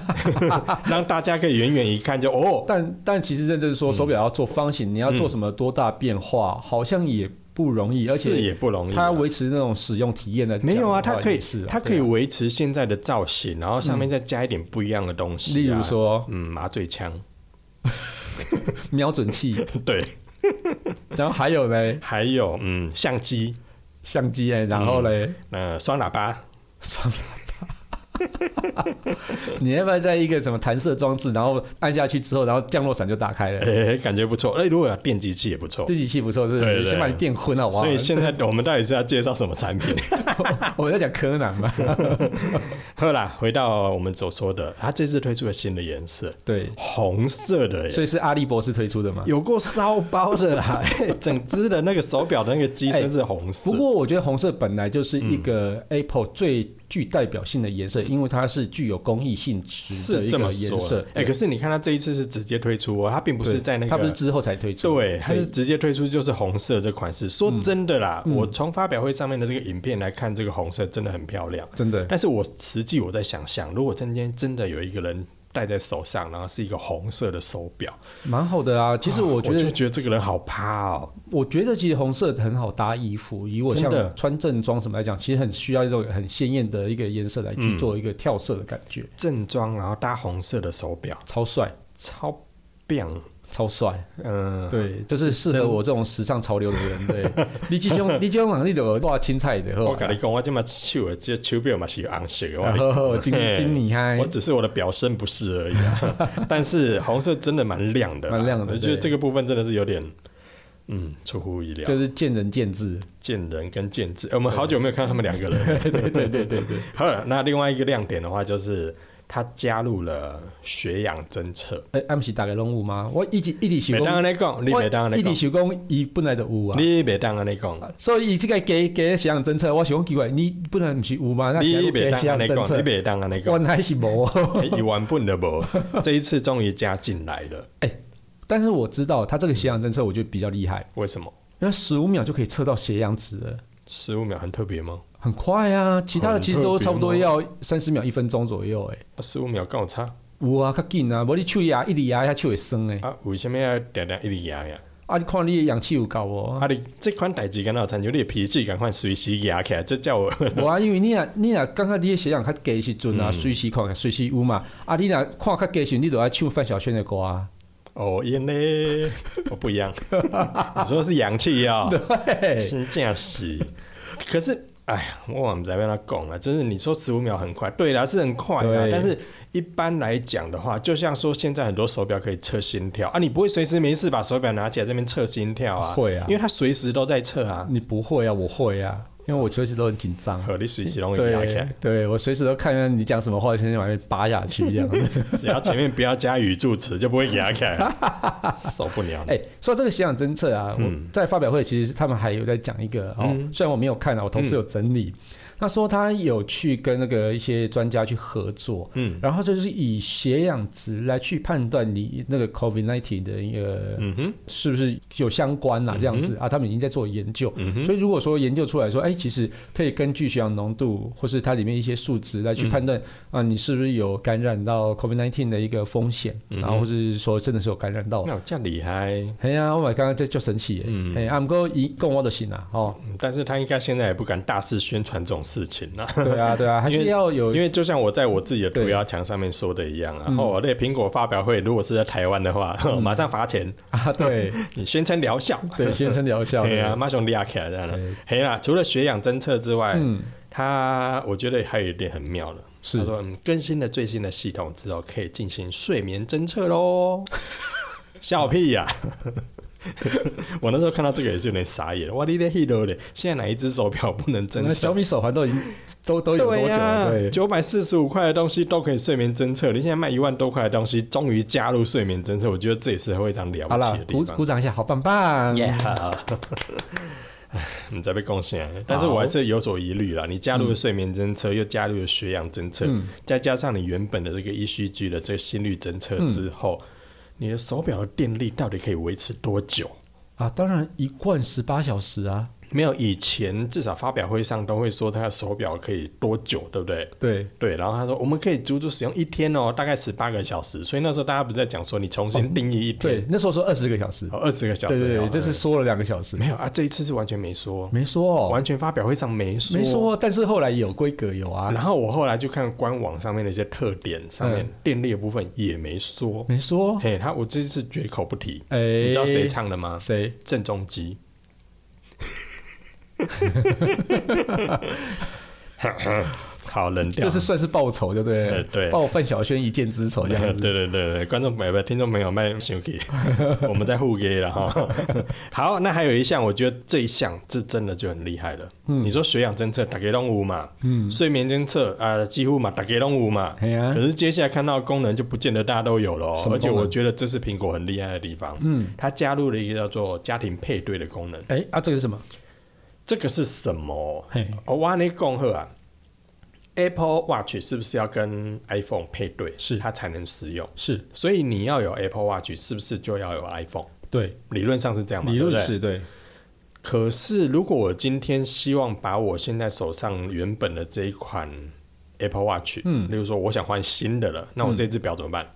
Speaker 2: 让大家可以远远一看就哦，
Speaker 1: 但但其实认真
Speaker 2: 嗯
Speaker 1: 说，手表要做方形，你要做什么多大变化，好像也不容易，而
Speaker 2: 是
Speaker 1: 且
Speaker 2: 也不容易啊。
Speaker 1: 它要维持那种使用体验的，
Speaker 2: 没有啊，
Speaker 1: 讲
Speaker 2: 它
Speaker 1: 的话
Speaker 2: 可以
Speaker 1: 也是啊，
Speaker 2: 它可以
Speaker 1: 对啊嗯
Speaker 2: 维持现在的造型，然后上面再加一点不一样的东西、啊
Speaker 1: 例如，说
Speaker 2: 嗯，麻醉枪，
Speaker 1: 瞄准器，
Speaker 2: 对，
Speaker 1: 然后还有嘞
Speaker 2: 还有嗯，相机，
Speaker 1: 相机哎，然后嘞，
Speaker 2: 呃，双喇叭，
Speaker 1: 双喇叭。你要不要在一个什么弹射装置，然后按下去之后，然后降落伞就打开了？
Speaker 2: 诶、 感觉不错。哎、如果有电击器也不错。
Speaker 1: 这机器不错，是不
Speaker 2: 对
Speaker 1: 是？
Speaker 2: 对
Speaker 1: 先把你电昏好不好？
Speaker 2: 所以现在我们到底是要介绍什么产品？
Speaker 1: 我们在讲柯南嘛，
Speaker 2: 好啦，回到我们所说的，它这次推出了新的颜色，
Speaker 1: 对，
Speaker 2: 红色的耶，
Speaker 1: 所以是阿笠博士推出的嘛。
Speaker 2: 有过骚包的啦， 嘿整只的那个手表的那个机身是红
Speaker 1: 哎
Speaker 2: 色。
Speaker 1: 不过我觉得红色本来就是一
Speaker 2: 嗯
Speaker 1: 个 Apple 最具代表性的颜色，因为它是具有公益性质的
Speaker 2: 是
Speaker 1: 一
Speaker 2: 这
Speaker 1: 个
Speaker 2: 么说
Speaker 1: 颜色
Speaker 2: 啦，。哎、可是你看它这一次是直接推出哦，它并不是
Speaker 1: 对
Speaker 2: 在那个，
Speaker 1: 它不是之后才推出，
Speaker 2: 对，它是直接推出就是红色这款式。说真的啦，
Speaker 1: 嗯
Speaker 2: 我从发表会上面的这个影片来看，这个红色真的很漂亮。
Speaker 1: 真的。
Speaker 2: 但是我实际我在想象，如果今天真的有一个人戴在手上，然后是一个红色的手表，
Speaker 1: 蛮好的啊。其实我觉
Speaker 2: 我
Speaker 1: 得，
Speaker 2: 就觉得这个人好趴哦。
Speaker 1: 我觉得其实红色很好搭衣服，以我像
Speaker 2: 真的
Speaker 1: 穿正装什么来讲，其实很需要一种很鲜艳的一个颜色来去做一个跳色的感觉，
Speaker 2: 正装，然后搭红色的手表，
Speaker 1: 超呃帅，
Speaker 2: 超棒。
Speaker 1: 超帅。
Speaker 2: 嗯，
Speaker 1: 对，就是适合
Speaker 2: 真
Speaker 1: 我这种时尚潮流的人。 对，你这种你这种能力的挂青菜的，
Speaker 2: 我跟你讲，我这么手的这手表嘛是有红色的。我跟你
Speaker 1: 呵 呵，金
Speaker 2: 嘿
Speaker 1: 金你嗨
Speaker 2: 我，只是我的表身不是而已、 啊，但是红色真的蛮亮的啦，啊
Speaker 1: 蛮亮的
Speaker 2: 我觉得
Speaker 1: 对
Speaker 2: 这个部分真的是有点，嗯，出乎意料。
Speaker 1: 就是见仁见智。
Speaker 2: 见人跟见智，呃我们好久没有看到他们两个人。
Speaker 1: 对对对对对，
Speaker 2: 好了，那另外一个亮点的话就是。它加入了血氧侦测，
Speaker 1: 哎，俺们是大概拢有吗？我一直一直
Speaker 2: 每
Speaker 1: 想
Speaker 2: 当安
Speaker 1: 讲，
Speaker 2: 尼讲，你
Speaker 1: 我
Speaker 2: 每当安
Speaker 1: 一
Speaker 2: 尼
Speaker 1: 直
Speaker 2: 讲，
Speaker 1: 想讲，伊本来就有啊。
Speaker 2: 你每当安尼讲，
Speaker 1: 所以伊这个加加血氧侦测，我想讲奇怪，你本来不是有吗？那现
Speaker 2: 你
Speaker 1: 在
Speaker 2: 每
Speaker 1: 加
Speaker 2: 当
Speaker 1: 血氧
Speaker 2: 安尼
Speaker 1: 侦
Speaker 2: 讲，你
Speaker 1: 测，
Speaker 2: 每当安尼讲
Speaker 1: 原，来是无。
Speaker 2: 哎一万本都无， 这一次终于加进来了，
Speaker 1: 但是我知道它这个血氧侦测，我觉得比较厉害，
Speaker 2: 为什么？
Speaker 1: 因为十五秒就可以测到血氧值了。
Speaker 2: 十五秒很特别吗？
Speaker 1: 很快啊，其他的其实都
Speaker 2: 很特别
Speaker 1: 差不多
Speaker 2: 吗
Speaker 1: 要三十秒、一分钟左右、欸。
Speaker 2: 十五秒跟我差
Speaker 1: 有啊，较紧啊，无你手压一直压一下手会酸诶。
Speaker 2: 啊？为什么要点点一直压呀？
Speaker 1: 啊，你看你的氧气有够哦无？
Speaker 2: 啊！你这款代志敢若有参照你的脾气，赶快随时压起来，这叫我
Speaker 1: 无啊，因为你若你若感觉你的血氧较低的时阵啊，随时看，随时有嘛。啊，你若看较低的时候，你就要唱范晓萱的歌啊。
Speaker 2: 哦烟嘞，我哦不一样。 你说是氧气哦，
Speaker 1: 对，
Speaker 2: 真正是。 可是，哎呀，我们在跟他讲了，就是你说十五秒很快，对啦，是很快啦。
Speaker 1: 对
Speaker 2: 但是一般来讲的话，就像说现在很多手表可以测心跳啊，你不会随时没事把手表拿起来这边测心跳啊？
Speaker 1: 会啊
Speaker 2: 因为它随时都在测 啊。
Speaker 1: 你不会啊，我会啊，因为我随时都很紧张。
Speaker 2: 和你随时容易压起
Speaker 1: 对
Speaker 2: 来，
Speaker 1: 对，我随时都看见你讲什么话，先往那边扒下去一样。
Speaker 2: 只要前面不要加语助词，就不会压起来了，受不了了。
Speaker 1: 哎、说到这个血氧侦嗯测啊，我在发表会其实他们还有在讲一个哦，虽然我没有看啊，我同事有整理，他说他有去跟那个一些专家去合作，
Speaker 2: 嗯
Speaker 1: 然后就是以血氧值来去判断你那个 COVID-19 的一个
Speaker 2: 嗯哼，
Speaker 1: 是不是有相关啦、
Speaker 2: 嗯哼
Speaker 1: 这样子啊，他们已经在做研究。
Speaker 2: 嗯哼，
Speaker 1: 所以如果说研究出来说，哎，其实可以根据血氧浓度或是它里面一些数值来
Speaker 2: 嗯
Speaker 1: 去判断、啊，你是不是有感染到 COVID-19 的一个风险，
Speaker 2: 嗯哼
Speaker 1: 然后或是说真的是有感染到。
Speaker 2: 那有这样厉害，
Speaker 1: 哎呀、我刚刚这就神奇耶！
Speaker 2: 嗯
Speaker 1: 哎、啊，不过一共我都行啦， 哦，
Speaker 2: 嗯但是他应该现在也不敢大肆宣传这种事情啦、
Speaker 1: 对啊，对啊，还
Speaker 2: 因
Speaker 1: 是
Speaker 2: 为
Speaker 1: 要有
Speaker 2: 因为就像我在我自己的涂鸦墙上面说的一样啊，
Speaker 1: 嗯
Speaker 2: 哦，那苹果发表会如果是在台湾的话， 马上罚钱，
Speaker 1: 啊，对
Speaker 2: 你宣称疗效，
Speaker 1: 对，先生疗效，
Speaker 2: 嘿
Speaker 1: 对
Speaker 2: 啊，马上立起来这样了。
Speaker 1: 对，
Speaker 2: 嘿啦，除了血氧侦测之外，
Speaker 1: 嗯，
Speaker 2: 它我觉得还有一点很妙的，
Speaker 1: 是
Speaker 2: 他说、嗯、更新了最新的系统之后，可以进行睡眠侦测 喽。笑屁呀、 我那时候看到这个也是有点傻眼，哇，你的 h e 嘞！现在哪一只手表不能侦
Speaker 1: 那
Speaker 2: 测
Speaker 1: 小？米手环都已经都都有多久了？对，
Speaker 2: 九百四十五块的东西都可以睡眠侦测，你现在卖一万多块的东西，终于加入睡眠侦测，我觉得这也是非常了
Speaker 1: 好
Speaker 2: 不起
Speaker 1: 啦
Speaker 2: 的，地
Speaker 1: 鼓
Speaker 2: 方。
Speaker 1: 鼓掌一下，好棒棒
Speaker 2: Yeah，唉你在被贡献，啊但是我还是有所疑虑啦。你加入了睡眠侦测，又加入了血氧侦测，
Speaker 1: 嗯
Speaker 2: 再加上你原本的这个 ECG 的这个心率侦测之后，你的手表的电力到底可以维持多久？
Speaker 1: 啊！当然一罐十八小时啊，
Speaker 2: 没有以前至少发表会上都会说它的手表可以多久，对不对？
Speaker 1: 对，
Speaker 2: 对，然后他说我们可以足足使用一天哦，大概十八个小时。所以那时候大家不是在讲说你重新定义一
Speaker 1: 对
Speaker 2: 天，，
Speaker 1: 那时候说二十个小时，
Speaker 2: 哦，二十个小
Speaker 1: 对
Speaker 2: 时。
Speaker 1: 对
Speaker 2: 哦
Speaker 1: 对，这是说了两个小时，
Speaker 2: 没有啊，这一次是完全没啊说，
Speaker 1: 没说哦，
Speaker 2: 完全发表会上没说，
Speaker 1: 没说，但是后来有规格有啊，
Speaker 2: 然后我后来就看官网上面的一些特点，上面
Speaker 1: 嗯
Speaker 2: 电力的部分也没说。
Speaker 1: 没说，
Speaker 2: 嘿，他我这次绝口不提。
Speaker 1: 哎，
Speaker 2: 你知道谁唱的吗？
Speaker 1: 谁？
Speaker 2: 郑 中基。 好，冷掉。
Speaker 1: 这是算是报仇，对不哎对
Speaker 2: 呃？对
Speaker 1: 报范晓萱一箭之仇这样子。
Speaker 2: 对对对对，观众朋友们、听众朋友们，先可以，我们在互给了哈。好，那还有一项，我觉得这一项这真的就很厉害了。
Speaker 1: 嗯
Speaker 2: 你说血氧侦测打给动物嘛，嗯，睡眠侦测啊、呃几乎嘛打给动物嘛，
Speaker 1: 哎呀
Speaker 2: 可，是接下来看到的功能就不见得大家都有了、哦
Speaker 1: 什，么
Speaker 2: 而且
Speaker 1: 功能
Speaker 2: 我觉得这是苹果很厉害的地方，
Speaker 1: 嗯，
Speaker 2: 它加入了一个叫做家庭配对的功能。
Speaker 1: 哎啊，这个是什么？
Speaker 2: 这个是什么？
Speaker 1: 嘿，
Speaker 2: 哦，我跟你讲好啊，Apple Watch 是不是要跟 iPhone 配对，
Speaker 1: 是
Speaker 2: 它才能使用？
Speaker 1: 是
Speaker 2: 所以你要有 Apple Watch，是不是就要有 iPhone？
Speaker 1: 对，
Speaker 2: 理论上是这样嘛，
Speaker 1: 理论
Speaker 2: 对不对。
Speaker 1: 是对，
Speaker 2: 可是如果我今天希望把我现在手上原本的这一款 Apple Watch，
Speaker 1: 嗯
Speaker 2: 例如说我想换新的了，那我这只表怎么办？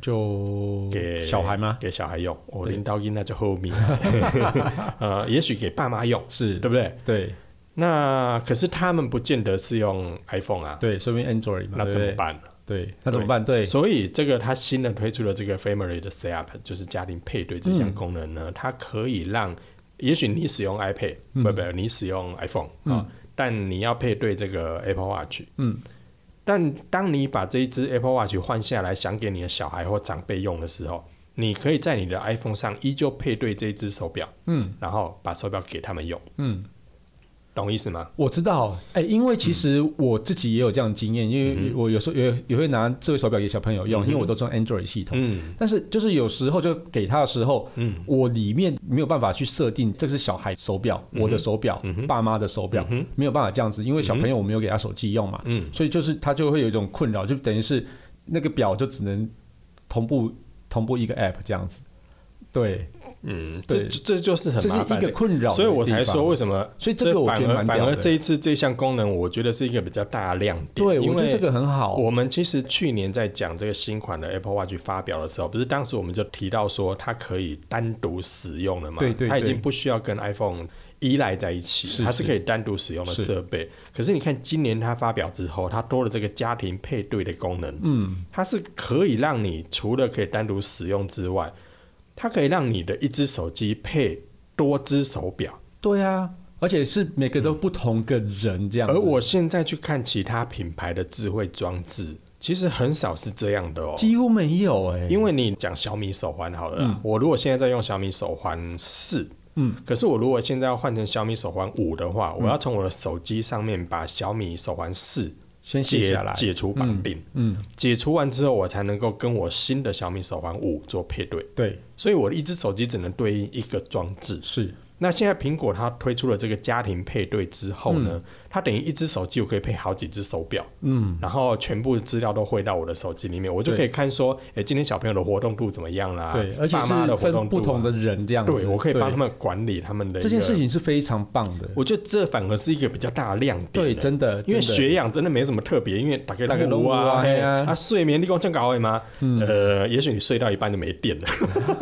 Speaker 1: 就
Speaker 2: 给
Speaker 1: 小孩吗？
Speaker 2: 给小孩用，我
Speaker 1: 对
Speaker 2: 拎到音那就后面， 呃，也许给爸妈用，
Speaker 1: 是，
Speaker 2: 对不对？
Speaker 1: 对
Speaker 2: 那可是他们不见得是用 iPhone 啊，
Speaker 1: 对，说明 Android 嘛，
Speaker 2: 那
Speaker 1: 对
Speaker 2: 怎
Speaker 1: 不
Speaker 2: 么
Speaker 1: 对？
Speaker 2: 办？
Speaker 1: 对，那怎么办？对，
Speaker 2: 所以这个它新的推出了这个 Family 的 Setup，就是家庭配对这
Speaker 1: 嗯
Speaker 2: 项功能呢，它可以让，也许你使用 iPad，、不
Speaker 1: 嗯
Speaker 2: 不，你使用 iPhone 啊、但你要配对这个 Apple Watch，
Speaker 1: 嗯，
Speaker 2: 但当你把这一只 Apple Watch 换下来，想给你的小孩或长辈用的时候，你可以在你的 iPhone 上依旧配对这一只手表，
Speaker 1: 嗯
Speaker 2: 然后把手表给他们用，
Speaker 1: 嗯，
Speaker 2: 懂意思吗？
Speaker 1: 我知道，哎，因为
Speaker 2: 嗯
Speaker 1: 其实我自己也有这样的经验，因为我有时候也也会拿智慧手表给小朋友用，因为我都是用 Android 系统。
Speaker 2: 嗯
Speaker 1: 但是就是有时候就给他的时候，
Speaker 2: 嗯
Speaker 1: 我里面没有办法去设定这是小孩手表、
Speaker 2: 嗯
Speaker 1: 我的手表、爸妈的手表，没有办法这样子，因为小朋友我没有给他手机用嘛，
Speaker 2: 嗯，
Speaker 1: 所以就是他就会有一种困扰，就等于是那个表就只能同步同步一个 app 这样子，对，
Speaker 2: 嗯，这
Speaker 1: 对
Speaker 2: 这这就是很
Speaker 1: 这是
Speaker 2: 麻烦
Speaker 1: 一
Speaker 2: 的
Speaker 1: 个困扰，
Speaker 2: 所以我才说，为什么？
Speaker 1: 所以这个我
Speaker 2: 反
Speaker 1: 觉得
Speaker 2: 而
Speaker 1: 蛮
Speaker 2: 反
Speaker 1: 屌
Speaker 2: 而
Speaker 1: 的
Speaker 2: 这一次这项功能，我觉得是一个比较大的亮点。
Speaker 1: 对
Speaker 2: 因
Speaker 1: 我觉得
Speaker 2: 为
Speaker 1: 这个很好，
Speaker 2: 我们其实去年在讲这个新款的 Apple Watch 发表的时候，不是当时我们就提到说它可以单独使用了嘛？
Speaker 1: 对对
Speaker 2: 它已
Speaker 1: 对
Speaker 2: 经不需要跟 iPhone 依赖在一起，
Speaker 1: 是
Speaker 2: 它是
Speaker 1: 是
Speaker 2: 可以单独使用的
Speaker 1: 是
Speaker 2: 设备。可是你看今年它发表之后，它多了这个家庭配对的功能，
Speaker 1: 嗯，
Speaker 2: 它是可以让你除了可以单独使用之外，它可以让你的一只手机配多只手表。
Speaker 1: 对啊，而且是每个都不同个人这样子，
Speaker 2: 而我现在去看其他品牌的智慧装置，其实很少是这样的哦。
Speaker 1: 几乎没有哎、
Speaker 2: 因为你讲小米手环好了啦我如果现在在用小米手环四，
Speaker 1: 嗯，
Speaker 2: 可是我如果现在要换成小米手环五的话，我要从我的手机上面把小米手环四
Speaker 1: 先卸
Speaker 2: 解
Speaker 1: 下来，
Speaker 2: 解除绑定，
Speaker 1: 嗯，
Speaker 2: 解除完之后，我才能够跟我新的小米手环五做配对。
Speaker 1: 对，
Speaker 2: 所以我的一只手机只能对应一个装置，
Speaker 1: 是，
Speaker 2: 那现在苹果它推出了这个家庭配对之后呢，它等于一只手机我可以配好几只手表，
Speaker 1: 嗯，
Speaker 2: 然后全部资料都汇到我的手机里面，我就
Speaker 1: 对
Speaker 2: 可以看说，哎、今天小朋友的活动度怎么样啦？
Speaker 1: 对，而且
Speaker 2: 啊爸
Speaker 1: 是
Speaker 2: 妈的活
Speaker 1: 分
Speaker 2: 动度啊
Speaker 1: 不同的人这样子，
Speaker 2: 对我可以帮
Speaker 1: 对
Speaker 2: 他们管理他们的
Speaker 1: 这件
Speaker 2: 一个
Speaker 1: 事，情是非常棒的，
Speaker 2: 我觉得这反而是一个比较大的亮点。啊
Speaker 1: 对，真的，
Speaker 2: 因
Speaker 1: 真
Speaker 2: 为
Speaker 1: 的
Speaker 2: 学养真的没什么特别，因为打开
Speaker 1: 大家都
Speaker 2: 屋
Speaker 1: 有啊
Speaker 2: 啊，
Speaker 1: 嘿
Speaker 2: 嘿
Speaker 1: 啊嗯
Speaker 2: 啊，睡眠你讲这样搞的吗？呃，也许你睡到一半就没电了，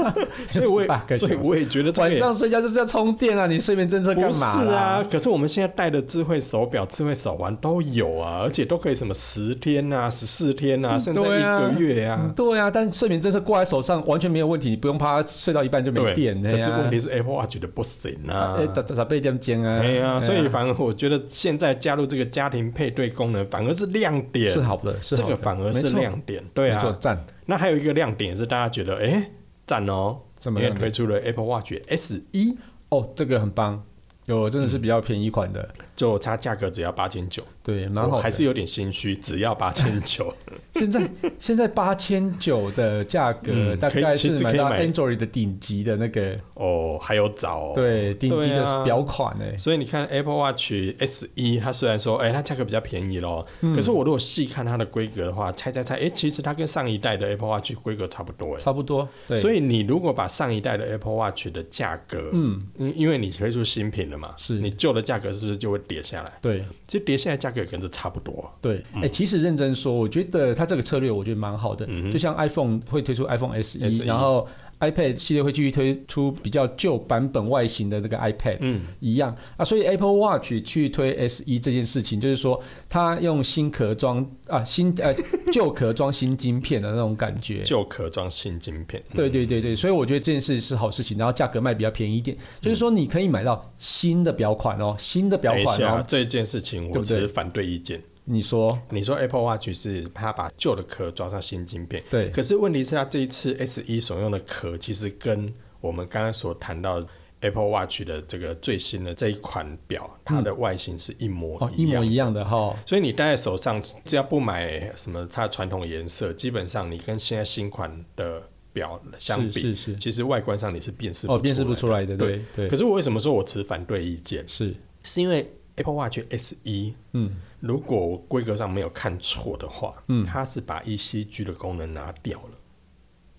Speaker 2: 所以我
Speaker 1: 18个小
Speaker 2: 也
Speaker 1: 时
Speaker 2: 所以我也觉得这个
Speaker 1: 晚
Speaker 2: 也
Speaker 1: 上睡觉就是要充电啊，你睡眠政策
Speaker 2: 不
Speaker 1: 干
Speaker 2: 是
Speaker 1: 嘛啦？
Speaker 2: 啊，可是我们现在戴的智慧手表、智慧手环都有啊，而且都可以什么十天啊、十四天啊，甚至一
Speaker 1: 对啊
Speaker 2: 个月
Speaker 1: 嗯
Speaker 2: 啊。
Speaker 1: 对啊，但睡眠政策挂在手上完全没有问题，你不用怕睡到一半就没
Speaker 2: 对，
Speaker 1: 电了
Speaker 2: 可是问
Speaker 1: 呀
Speaker 2: 题。是 Apple Watch 的不行啊
Speaker 1: 哎，。咋咋咋被电煎啊？
Speaker 2: 哎呀，所
Speaker 1: 哎
Speaker 2: 以反而我觉得现在加入这个家庭配对功能，反而是亮点
Speaker 1: 是。好的，是
Speaker 2: 这
Speaker 1: 好
Speaker 2: 个
Speaker 1: 的，
Speaker 2: 反而
Speaker 1: 没
Speaker 2: 是
Speaker 1: 错
Speaker 2: 亮点，对
Speaker 1: 没错，
Speaker 2: 啊。
Speaker 1: 赞，
Speaker 2: 那还有一个亮点是大家觉得，哎，赞哦，
Speaker 1: 怎
Speaker 2: 因
Speaker 1: 么
Speaker 2: 为
Speaker 1: 亮点
Speaker 2: 推出了 Apple Watch S 一，
Speaker 1: 哦，这个很棒，有真的
Speaker 2: 嗯
Speaker 1: 是比较便宜款的，
Speaker 2: 就它价格只要八千九，
Speaker 1: 对，蛮
Speaker 2: 我
Speaker 1: 好
Speaker 2: 还
Speaker 1: 的。
Speaker 2: 是有点心虚，只要八千 九。
Speaker 1: 现 在现在八千九的价格，
Speaker 2: 嗯
Speaker 1: 大
Speaker 2: 可以
Speaker 1: 概
Speaker 2: 其
Speaker 1: 是
Speaker 2: 实
Speaker 1: 买
Speaker 2: 可以
Speaker 1: 到
Speaker 2: 买
Speaker 1: Android 的顶级的那个，
Speaker 2: 哦，还有早、哦。。
Speaker 1: 对，顶级
Speaker 2: 对啊
Speaker 1: 的表款哎，
Speaker 2: 所以你看 Apple Watch S 一，它虽然说，哎、它价格比较便宜咯，
Speaker 1: 嗯
Speaker 2: 可是我如果细看它的规格的话，猜猜猜，哎、其实它跟上一代的 Apple Watch 规格差不多，哎。
Speaker 1: 差不多，对，
Speaker 2: 所
Speaker 1: 以
Speaker 2: 以你如果把上一代的 Apple Watch 的价格，
Speaker 1: 嗯
Speaker 2: 嗯，因为你推出新品了嘛，
Speaker 1: 是
Speaker 2: 你旧的价格是不是就会跌下来？
Speaker 1: 对。
Speaker 2: 其实跌下来价格也跟这差不多。
Speaker 1: 对，哎、其实认真说，我觉得它这个策略我觉得蛮好的。
Speaker 2: 嗯哼 E
Speaker 1: 就像 iPhone 会推出 iPhone SE，,
Speaker 2: SE
Speaker 1: 然后 iPad 系列会继续推出比较旧版本外形的这个 iPad、
Speaker 2: 嗯，
Speaker 1: 一样啊，所以 Apple Watch 去推 SE 这件事情，就是说它用新壳装啊新呃旧壳装新晶片的那种感觉。
Speaker 2: 旧壳装新晶片，嗯
Speaker 1: 对对对对，所以我觉得这件事是好事情，然后价格卖比较便宜一点，就是说你可以买到新的表款哦，新的表
Speaker 2: 等一
Speaker 1: 款
Speaker 2: 下
Speaker 1: 哦。
Speaker 2: 这件事情，
Speaker 1: 对
Speaker 2: 我
Speaker 1: 不
Speaker 2: 持
Speaker 1: 对
Speaker 2: 反对意见。
Speaker 1: 你说
Speaker 2: 你说 Apple Watch 是它把旧的壳装上新晶片，
Speaker 1: 对
Speaker 2: 可是问题是，它这一次 S 一所用的壳，其实跟我们刚刚所谈到的 Apple Watch 的这个最新的这一款表，它的外形是一模
Speaker 1: 哦，一
Speaker 2: 一样。
Speaker 1: 模一样的哈、
Speaker 2: 所以你戴在手上，只要不买什么它的传统颜色，基本上你跟现在新款的表相比，
Speaker 1: 是是是
Speaker 2: 其实外观上你是辨识
Speaker 1: 哦，辨识不出
Speaker 2: 来
Speaker 1: 来的，对对
Speaker 2: 的。可，是我为什么说我持反对意见？
Speaker 1: 是，
Speaker 2: 是因为 Apple Watch S 一
Speaker 1: 嗯，
Speaker 2: 如果我规格上没有看错的话，
Speaker 1: 嗯
Speaker 2: 它是把 ECG 的功能拿掉了。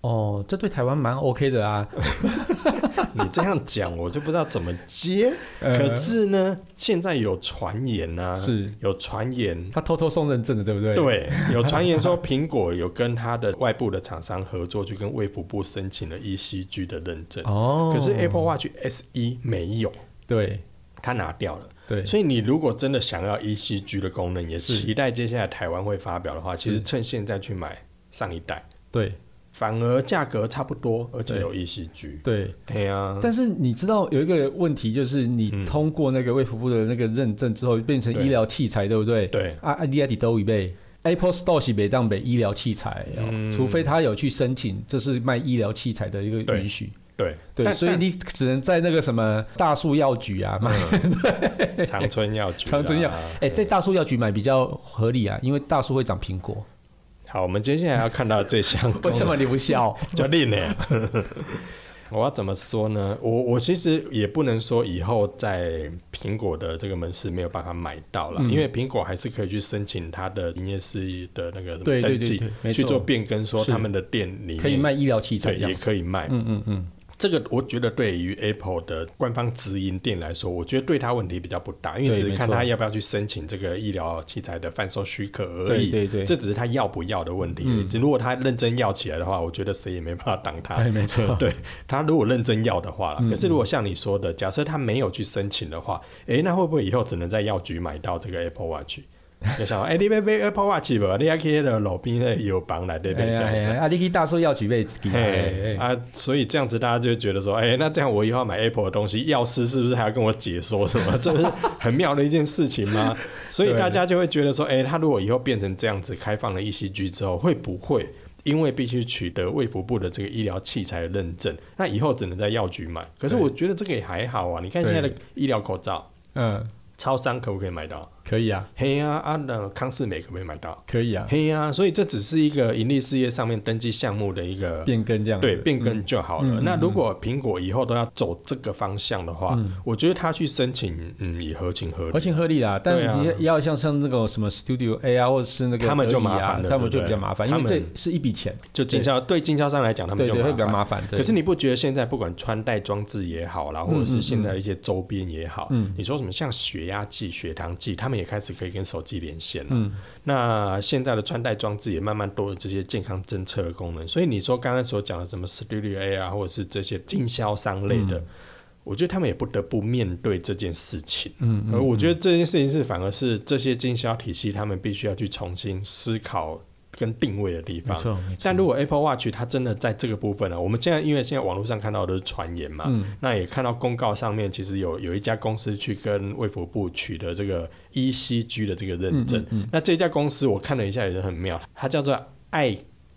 Speaker 1: 哦，这对台湾蛮 OK 的啊，
Speaker 2: 你这样讲，我就不知道怎么接。可是呢，现在有传言啊，
Speaker 1: 呃是
Speaker 2: 有传言，
Speaker 1: 他偷偷送认证的，对不对？，
Speaker 2: 对，有传言说苹果有跟它的外部的厂商合作，去跟卫福部申请了 ECG 的认证。
Speaker 1: 哦，
Speaker 2: 可是 Apple Watch S 一没有，
Speaker 1: 对
Speaker 2: 它拿掉了。
Speaker 1: 对，
Speaker 2: 所以你如果真的想要 ECG 的功能，也
Speaker 1: 是
Speaker 2: 期待接下来台湾会发表的话，其实趁现在去买上一代。
Speaker 1: 对
Speaker 2: 反而价格差不多，而且有 E ECG。
Speaker 1: 对。
Speaker 2: 对啊，
Speaker 1: 但是你知道有一个问题，就是你通过那个卫福部的那个认证之后，变成
Speaker 2: 嗯对
Speaker 1: 医疗器材，对不对？
Speaker 2: 对
Speaker 1: 啊啊，你还得都一倍。Apple Store 是北当北医疗器材、哦
Speaker 2: 嗯
Speaker 1: 除非他有去申请，这是卖医疗器材的一个
Speaker 2: 对
Speaker 1: 允许。
Speaker 2: 对
Speaker 1: 对，
Speaker 2: 但
Speaker 1: 所以你只能在那个什么大树药局啊买
Speaker 2: 长春药局 啦，
Speaker 1: 长春药哎、在大树药局买比较合理啊，因为大树会长苹果。
Speaker 2: 好，我们接下来要看到这 项功能，
Speaker 1: 你不笑？
Speaker 2: 叫令呢？ 我要怎么说呢？我我其实也不能说以后在苹果的这个门市没有办法买到
Speaker 1: 嗯
Speaker 2: 了，因为苹果还是可以去申请它的营业事的那个什么
Speaker 1: 对对
Speaker 2: 登
Speaker 1: 对
Speaker 2: 记
Speaker 1: 对没，
Speaker 2: 去
Speaker 1: 错
Speaker 2: 做变更，说
Speaker 1: 是
Speaker 2: 他们的店里面
Speaker 1: 可以卖，医疗器材
Speaker 2: 对，
Speaker 1: 这
Speaker 2: 也
Speaker 1: 样子。
Speaker 2: 可以卖。
Speaker 1: 嗯嗯嗯，
Speaker 2: 这个我觉得对于 Apple 的官方直营店来说，我觉得对它问题比较不大，因为
Speaker 1: 对
Speaker 2: 只是看
Speaker 1: 没错
Speaker 2: 它要不要去申请这个医疗器材的贩售许可而
Speaker 1: 对
Speaker 2: 已。
Speaker 1: 对对嗯
Speaker 2: 这只是它要不要的问题。只如果它认真要起来的话，我觉得谁也没办法挡它。
Speaker 1: 对，没错。 嗯
Speaker 2: 对他如果认真要的话啦，可是如果像你说的，假设他没有去申请的话，诶、那会不会以后只能在药局买到这个 Apple Watch？就想，诶、你要买 Apple Watch 吧，你还可以在路边的药房来对
Speaker 1: 哎
Speaker 2: 对这
Speaker 1: 呀
Speaker 2: 样
Speaker 1: 哎
Speaker 2: 子。
Speaker 1: 呀，啊，你去大树药局被子给。
Speaker 2: 嘿
Speaker 1: 哎哎
Speaker 2: 啊，所以这样子大家就觉得说，哎、那这样我以后要买 Apple 的东西，药师是不是还要跟我解说什么？这不是很妙的一件事情吗？所以大家就会觉得说，哎、他如果以后变成这样子开放了 ECG 之后，会不会因为必须取得卫福部的这个医疗器材的认证，那以后只能在药局买？可是
Speaker 1: 对
Speaker 2: 我觉得这个也还好啊，你看现在的医疗口罩，
Speaker 1: 嗯，
Speaker 2: 超商可不可以买到？
Speaker 1: 可以啊，
Speaker 2: 嘿呀啊，那康士美可没买到，
Speaker 1: 可以啊，
Speaker 2: 嘿呀，所以这只是一个盈利事业上面登记项目的一个
Speaker 1: 变更这样子嗯
Speaker 2: 对变更就好了。那如果苹果以后都要走这个方向的话，
Speaker 1: 嗯
Speaker 2: 我觉得他去申请，嗯，也合情合理。
Speaker 1: 合情合理啦，但
Speaker 2: 对啊
Speaker 1: 也要像像那个什么 Studio A 啊，或者是那个
Speaker 2: 他们就
Speaker 1: 而已啊
Speaker 2: 麻烦了
Speaker 1: 他们
Speaker 2: 对
Speaker 1: 就
Speaker 2: 不对
Speaker 1: 比较麻烦，因为
Speaker 2: 他
Speaker 1: 这
Speaker 2: 们
Speaker 1: 是一笔钱，
Speaker 2: 就经销对经销商来讲，他们
Speaker 1: 对
Speaker 2: 就
Speaker 1: 对，会
Speaker 2: 麻
Speaker 1: 比较
Speaker 2: 烦。
Speaker 1: 麻烦。对
Speaker 2: 可是你不觉得现在不管穿戴装置也好啦，或者是现在一些周边也好，你说什么像血压计、血糖计，他们也开始可以跟手机连线了。那现在的穿戴装置也慢慢多了这些健康侦测的功能，所以你说刚刚所讲的什么 Studio A 啊，或者是这些经销商类的。我觉得他们也不得不面对这件事情，嗯，而我觉得这件事情是反而是这些经销体系他们必须要去重新思考跟定位的地
Speaker 1: 没
Speaker 2: 方。
Speaker 1: 错，没错
Speaker 2: 但如果 Apple Watch 它真的在这个部分呢、啊我们现在因为现在网络上看到的都是传言嘛，
Speaker 1: 嗯
Speaker 2: 那也看到公告上面其实有有一家公司去跟卫福部取得这个 ECG 的这个认
Speaker 1: 嗯
Speaker 2: 证，那这家公司我看了一下也是很妙，它叫做爱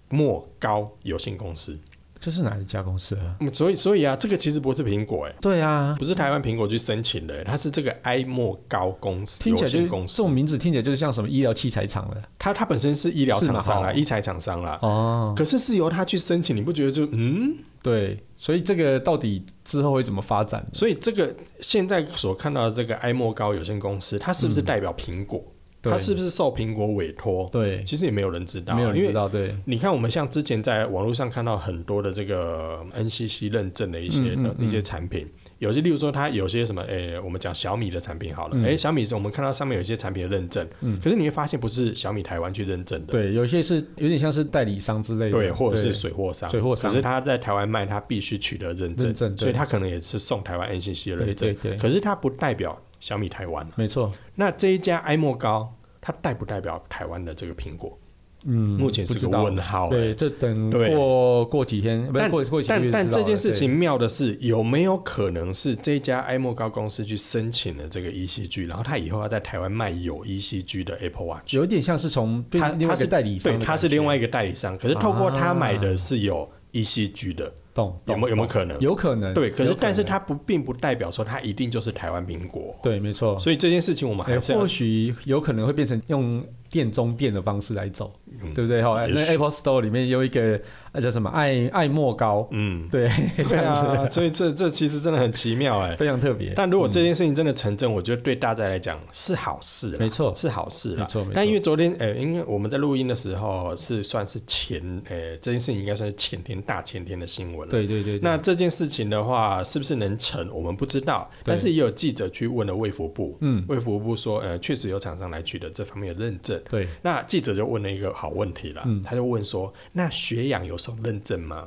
Speaker 2: 默高有限公司，
Speaker 1: 这是哪一家公司啊？
Speaker 2: 嗯所以所以啊，这个其实不是苹果哎、
Speaker 1: 对啊，
Speaker 2: 不是台湾苹果去申请的、哎它是这个爱默高公司
Speaker 1: 听起
Speaker 2: 有
Speaker 1: 来就
Speaker 2: 限
Speaker 1: 是
Speaker 2: 公
Speaker 1: 这
Speaker 2: 司
Speaker 1: 种，名字听起来就是像什么医疗器材厂了。
Speaker 2: 它它本身是医疗
Speaker 1: 是吗
Speaker 2: 厂商啦，
Speaker 1: 哦
Speaker 2: 医材厂商啦，
Speaker 1: 哦，
Speaker 2: 可是是由它去申请，你不觉得就嗯？
Speaker 1: 对，所以这个到底之后会怎么发展？
Speaker 2: 所以这个现在所看到的这个埃默高有限公司，它是不是代表苹果？
Speaker 1: 嗯对
Speaker 2: 它是不是受苹果委托？
Speaker 1: 对，
Speaker 2: 其实也没有人知道啊，
Speaker 1: 没有人
Speaker 2: 因
Speaker 1: 知
Speaker 2: 为
Speaker 1: 道，对，
Speaker 2: 你看，我们像之前在网络上看到很多的这个 NCC 认证的一些的、
Speaker 1: 嗯嗯嗯
Speaker 2: 一些产品，有些例如说它有些什么，诶、我们讲小米的产品好
Speaker 1: 嗯
Speaker 2: 了，诶、小米是我们看到上面有一些产品的认证，可是你会发现不是小米台湾去认证的，
Speaker 1: 对，有些是有点像是代理商之类的，
Speaker 2: 对，或者是水货商，
Speaker 1: 水货商
Speaker 2: 可是他在台湾卖，他必须取得认证，
Speaker 1: 认证对
Speaker 2: 所以他可能也是送台湾 NCC 的认证，
Speaker 1: 对对对
Speaker 2: 可是他不代表小米台湾。
Speaker 1: 没错，
Speaker 2: 那这一家埃默高，它代不代表台湾的这个苹果？
Speaker 1: 嗯，
Speaker 2: 目前是
Speaker 1: 不知
Speaker 2: 个
Speaker 1: 道
Speaker 2: 问号、欸
Speaker 1: 对，这等
Speaker 2: 对
Speaker 1: 过过几天，不是
Speaker 2: 但
Speaker 1: 过过几个月
Speaker 2: 但
Speaker 1: 就知
Speaker 2: 但
Speaker 1: 道
Speaker 2: 这
Speaker 1: 了
Speaker 2: 件事
Speaker 1: 对
Speaker 2: 情妙的是，有没有可能是这家埃默高公司去申请了这个 ECG，然后他以后要在台湾卖有 ECG 的 Apple Watch？
Speaker 1: 有点像是从
Speaker 2: 他
Speaker 1: 变另外
Speaker 2: 他
Speaker 1: 一个
Speaker 2: 是
Speaker 1: 代理商
Speaker 2: 对，
Speaker 1: 的感觉，
Speaker 2: 他是另外一个代理商，可是透过他买
Speaker 1: 啊
Speaker 2: 的是有 ECG 的，
Speaker 1: 懂
Speaker 2: 有
Speaker 1: 懂
Speaker 2: 没有有没有可能？
Speaker 1: 有可能
Speaker 2: 对，可
Speaker 1: 有
Speaker 2: 是但是
Speaker 1: 能
Speaker 2: 它不并不代表说它一定就是台湾苹果，
Speaker 1: 对没错，
Speaker 2: 所以这件事情我们
Speaker 1: 哎
Speaker 2: 还是要、
Speaker 1: 或许有可能会变成用电中电的方式来走，
Speaker 2: 嗯
Speaker 1: 对不对？哈，
Speaker 2: 也
Speaker 1: 那
Speaker 2: 许
Speaker 1: Apple Store 里面有一个呃叫什么爱爱莫高，
Speaker 2: 嗯，
Speaker 1: 对， 这
Speaker 2: 对
Speaker 1: 样子、
Speaker 2: 啊，所以这这其实真的很奇妙哎、
Speaker 1: 非常特别，
Speaker 2: 但如果这件事情真的成真，我觉得对大家来讲是好事啦，
Speaker 1: 没错
Speaker 2: 是好事
Speaker 1: 没
Speaker 2: 啦。
Speaker 1: 错没错。
Speaker 2: 但因为昨天，呃，因为我们在录音的时候是算是前，呃，这件事情应该算是前天、大前天的新闻了。
Speaker 1: 对对对，对
Speaker 2: 那这件事情的话，是不是能成，我们不知道。
Speaker 1: 对
Speaker 2: 但是也有记者去问了卫福部，
Speaker 1: 嗯
Speaker 2: 卫福部说，呃，确实有厂商来取得这方面的认证。
Speaker 1: 对
Speaker 2: 那记者就问了一个好问题啦，
Speaker 1: 嗯
Speaker 2: 他就问说：“那血氧有受认证吗？”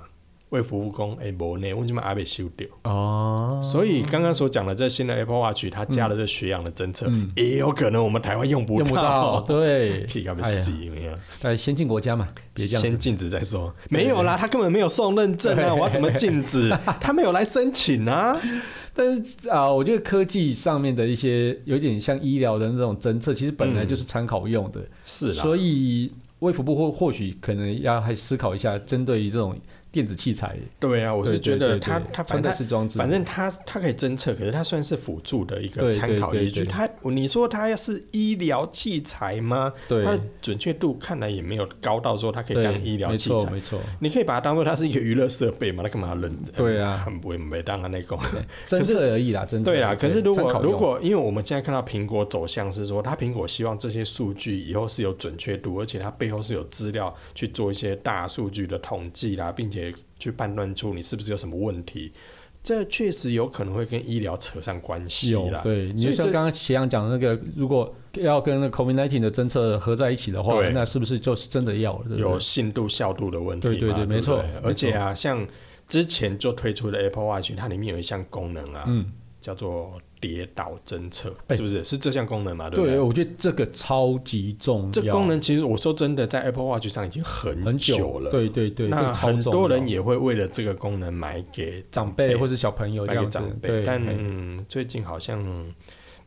Speaker 2: 卫福部讲：“哎、欸，无呢，为什么阿被修掉？”
Speaker 1: 哦，
Speaker 2: 所以刚刚所讲的这新的 Apple Watch，它加了这血氧的侦测，也有可能我们台湾用不
Speaker 1: 嗯
Speaker 2: 到。
Speaker 1: 用不到， 对，
Speaker 2: 屁要被
Speaker 1: 哎呀
Speaker 2: 死一样，
Speaker 1: 在先进国家嘛，别这样
Speaker 2: 先
Speaker 1: 子，
Speaker 2: 禁止再说。没有啦，他根本没有送认证啊！
Speaker 1: 对
Speaker 2: 我要怎么禁止？ 他没有来申请啊！
Speaker 1: 但是啊、我觉得科技上面的一些有点像医疗的那种侦测，其实本来就是参考用的，
Speaker 2: 嗯是啦，
Speaker 1: 所以卫福部或或许可能要还思考一下，针对于这种电子器材，
Speaker 2: 对啊，我是
Speaker 1: 对
Speaker 2: 觉
Speaker 1: 对
Speaker 2: 得
Speaker 1: 对
Speaker 2: 他
Speaker 1: 对
Speaker 2: 他反
Speaker 1: 穿
Speaker 2: 正
Speaker 1: 戴
Speaker 2: 他
Speaker 1: 式装置，
Speaker 2: 反正它它可以侦测，可是它算是辅助的一个
Speaker 1: 对
Speaker 2: 参考依据。
Speaker 1: 对对对
Speaker 2: 它你说它要是医疗器材吗？
Speaker 1: 对
Speaker 2: 它的准确度看来也没有高到说它可以
Speaker 1: 对，
Speaker 2: 当医疗
Speaker 1: 没
Speaker 2: 器
Speaker 1: 错
Speaker 2: 材。
Speaker 1: 没错，
Speaker 2: 你可以把它当做它是一个娱乐设备嘛？那干嘛要认？
Speaker 1: 对啊
Speaker 2: 很不会没当它那个。
Speaker 1: 侦测而已啦，侦测
Speaker 2: 对啦，可是如
Speaker 1: 参
Speaker 2: 果
Speaker 1: 考用
Speaker 2: 如果因为我们现在看到苹果走向是说，它苹果希望这些数据以后是有准确度，而且它背后是有资料去做一些大数据的统计啦，并且去判断出你是不是有什么问题。这确实有可能会跟医疗扯上关系
Speaker 1: 有
Speaker 2: 啦。
Speaker 1: 对，你
Speaker 2: 所
Speaker 1: 就
Speaker 2: 以
Speaker 1: 像
Speaker 2: 这
Speaker 1: 刚刚斜阳讲的那个，如果要跟那 COVID-19 的侦测合在一起的话
Speaker 2: 对，
Speaker 1: 那是不是就是真的要了？对不对
Speaker 2: 有信度、效度的问题嘛。
Speaker 1: 对对对
Speaker 2: 对不
Speaker 1: 没错
Speaker 2: 而且啊，像之前就推出的 Apple Watch，它里面有一项功能啊，
Speaker 1: 嗯
Speaker 2: 叫做跌倒侦测，
Speaker 1: 哎
Speaker 2: 是不是？是这项功能嘛？对不
Speaker 1: 对，我觉得这个超级重要，
Speaker 2: 这功能其实我说真的，在 Apple Watch 上已经很
Speaker 1: 很
Speaker 2: 久了。
Speaker 1: 对对对，这
Speaker 2: 那
Speaker 1: 个超
Speaker 2: 很
Speaker 1: 重
Speaker 2: 多
Speaker 1: 要
Speaker 2: 人也哎会为了这个功能买给
Speaker 1: 长
Speaker 2: 辈
Speaker 1: 辈或是小朋友这
Speaker 2: 买给
Speaker 1: 样子
Speaker 2: 长，辈，
Speaker 1: 对，
Speaker 2: 但
Speaker 1: 嘿
Speaker 2: 嗯最近好像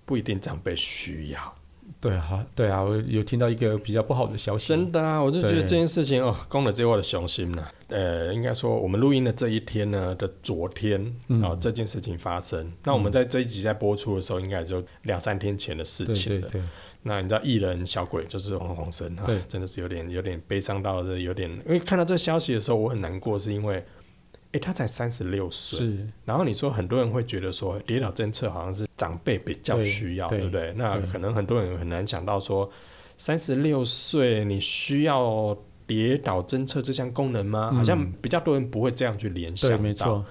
Speaker 2: 不一定长辈需要。
Speaker 1: 对啊，对啊，我有听到一个比较不好的消息，
Speaker 2: 真的啊，我就觉得
Speaker 1: 对
Speaker 2: 这件事情哦，攻了这我的雄心了、呃，应该说我们录音的这一天呢的昨天，
Speaker 1: 嗯
Speaker 2: 然、后、这件事情发生、那我们在这一集在播出的时候，应该也就两三天前的事
Speaker 1: 对
Speaker 2: 情
Speaker 1: 对
Speaker 2: 了。
Speaker 1: 对，
Speaker 2: 那你知道艺人小鬼就是黄鸿升啊
Speaker 1: 对，
Speaker 2: 真的是有点有点悲伤到这有点，因为看到这消息的时候我很难过，是因为，哎、他才三十六岁，
Speaker 1: 是
Speaker 2: 然后你说很多人会觉得说跌倒政策好像是长辈比较需要，
Speaker 1: 对
Speaker 2: 对不对？那
Speaker 1: 对
Speaker 2: 可能很多人很难想到说，三十六岁你需要跌倒政策这项功能吗？
Speaker 1: 嗯
Speaker 2: 好像比较多人不会这样去联想
Speaker 1: 对，
Speaker 2: 到。
Speaker 1: 没错，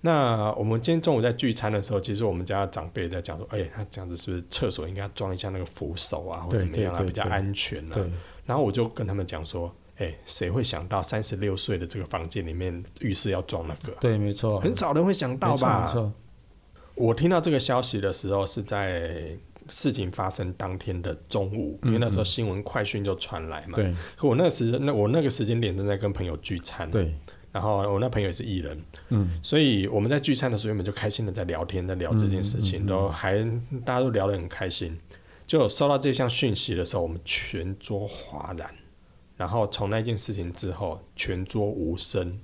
Speaker 2: 那我们今天中午在聚餐的时候，其实我们家长辈在讲说，哎、他这样子是不是厕所应该装一下那个扶手啊，或
Speaker 1: 对
Speaker 2: 怎么样啊，
Speaker 1: 对对
Speaker 2: 比较
Speaker 1: 对
Speaker 2: 安全啊？
Speaker 1: 对
Speaker 2: 然后我就跟他们讲说，哎、谁会想到三十六岁的这个房间里面浴室要装那个？
Speaker 1: 对，没错，
Speaker 2: 很少人会想到
Speaker 1: 嗯
Speaker 2: 吧？
Speaker 1: 没错，没错
Speaker 2: 我听到这个消息的时候是在事情发生当天的中午，因为那时候新闻快讯就传来嘛。
Speaker 1: 嗯对
Speaker 2: 可我那个时那我那个时间点正在跟朋友聚餐，。
Speaker 1: 对，
Speaker 2: 然后我那朋友也是艺人，
Speaker 1: 嗯，
Speaker 2: 所以我们在聚餐的时候，原本就开心的在聊天，在聊这件事
Speaker 1: 嗯
Speaker 2: 情，然后还大家都聊得很开心。就收到这项讯息的时候，我们全桌哗然。然后从那件事情之后，全桌无声，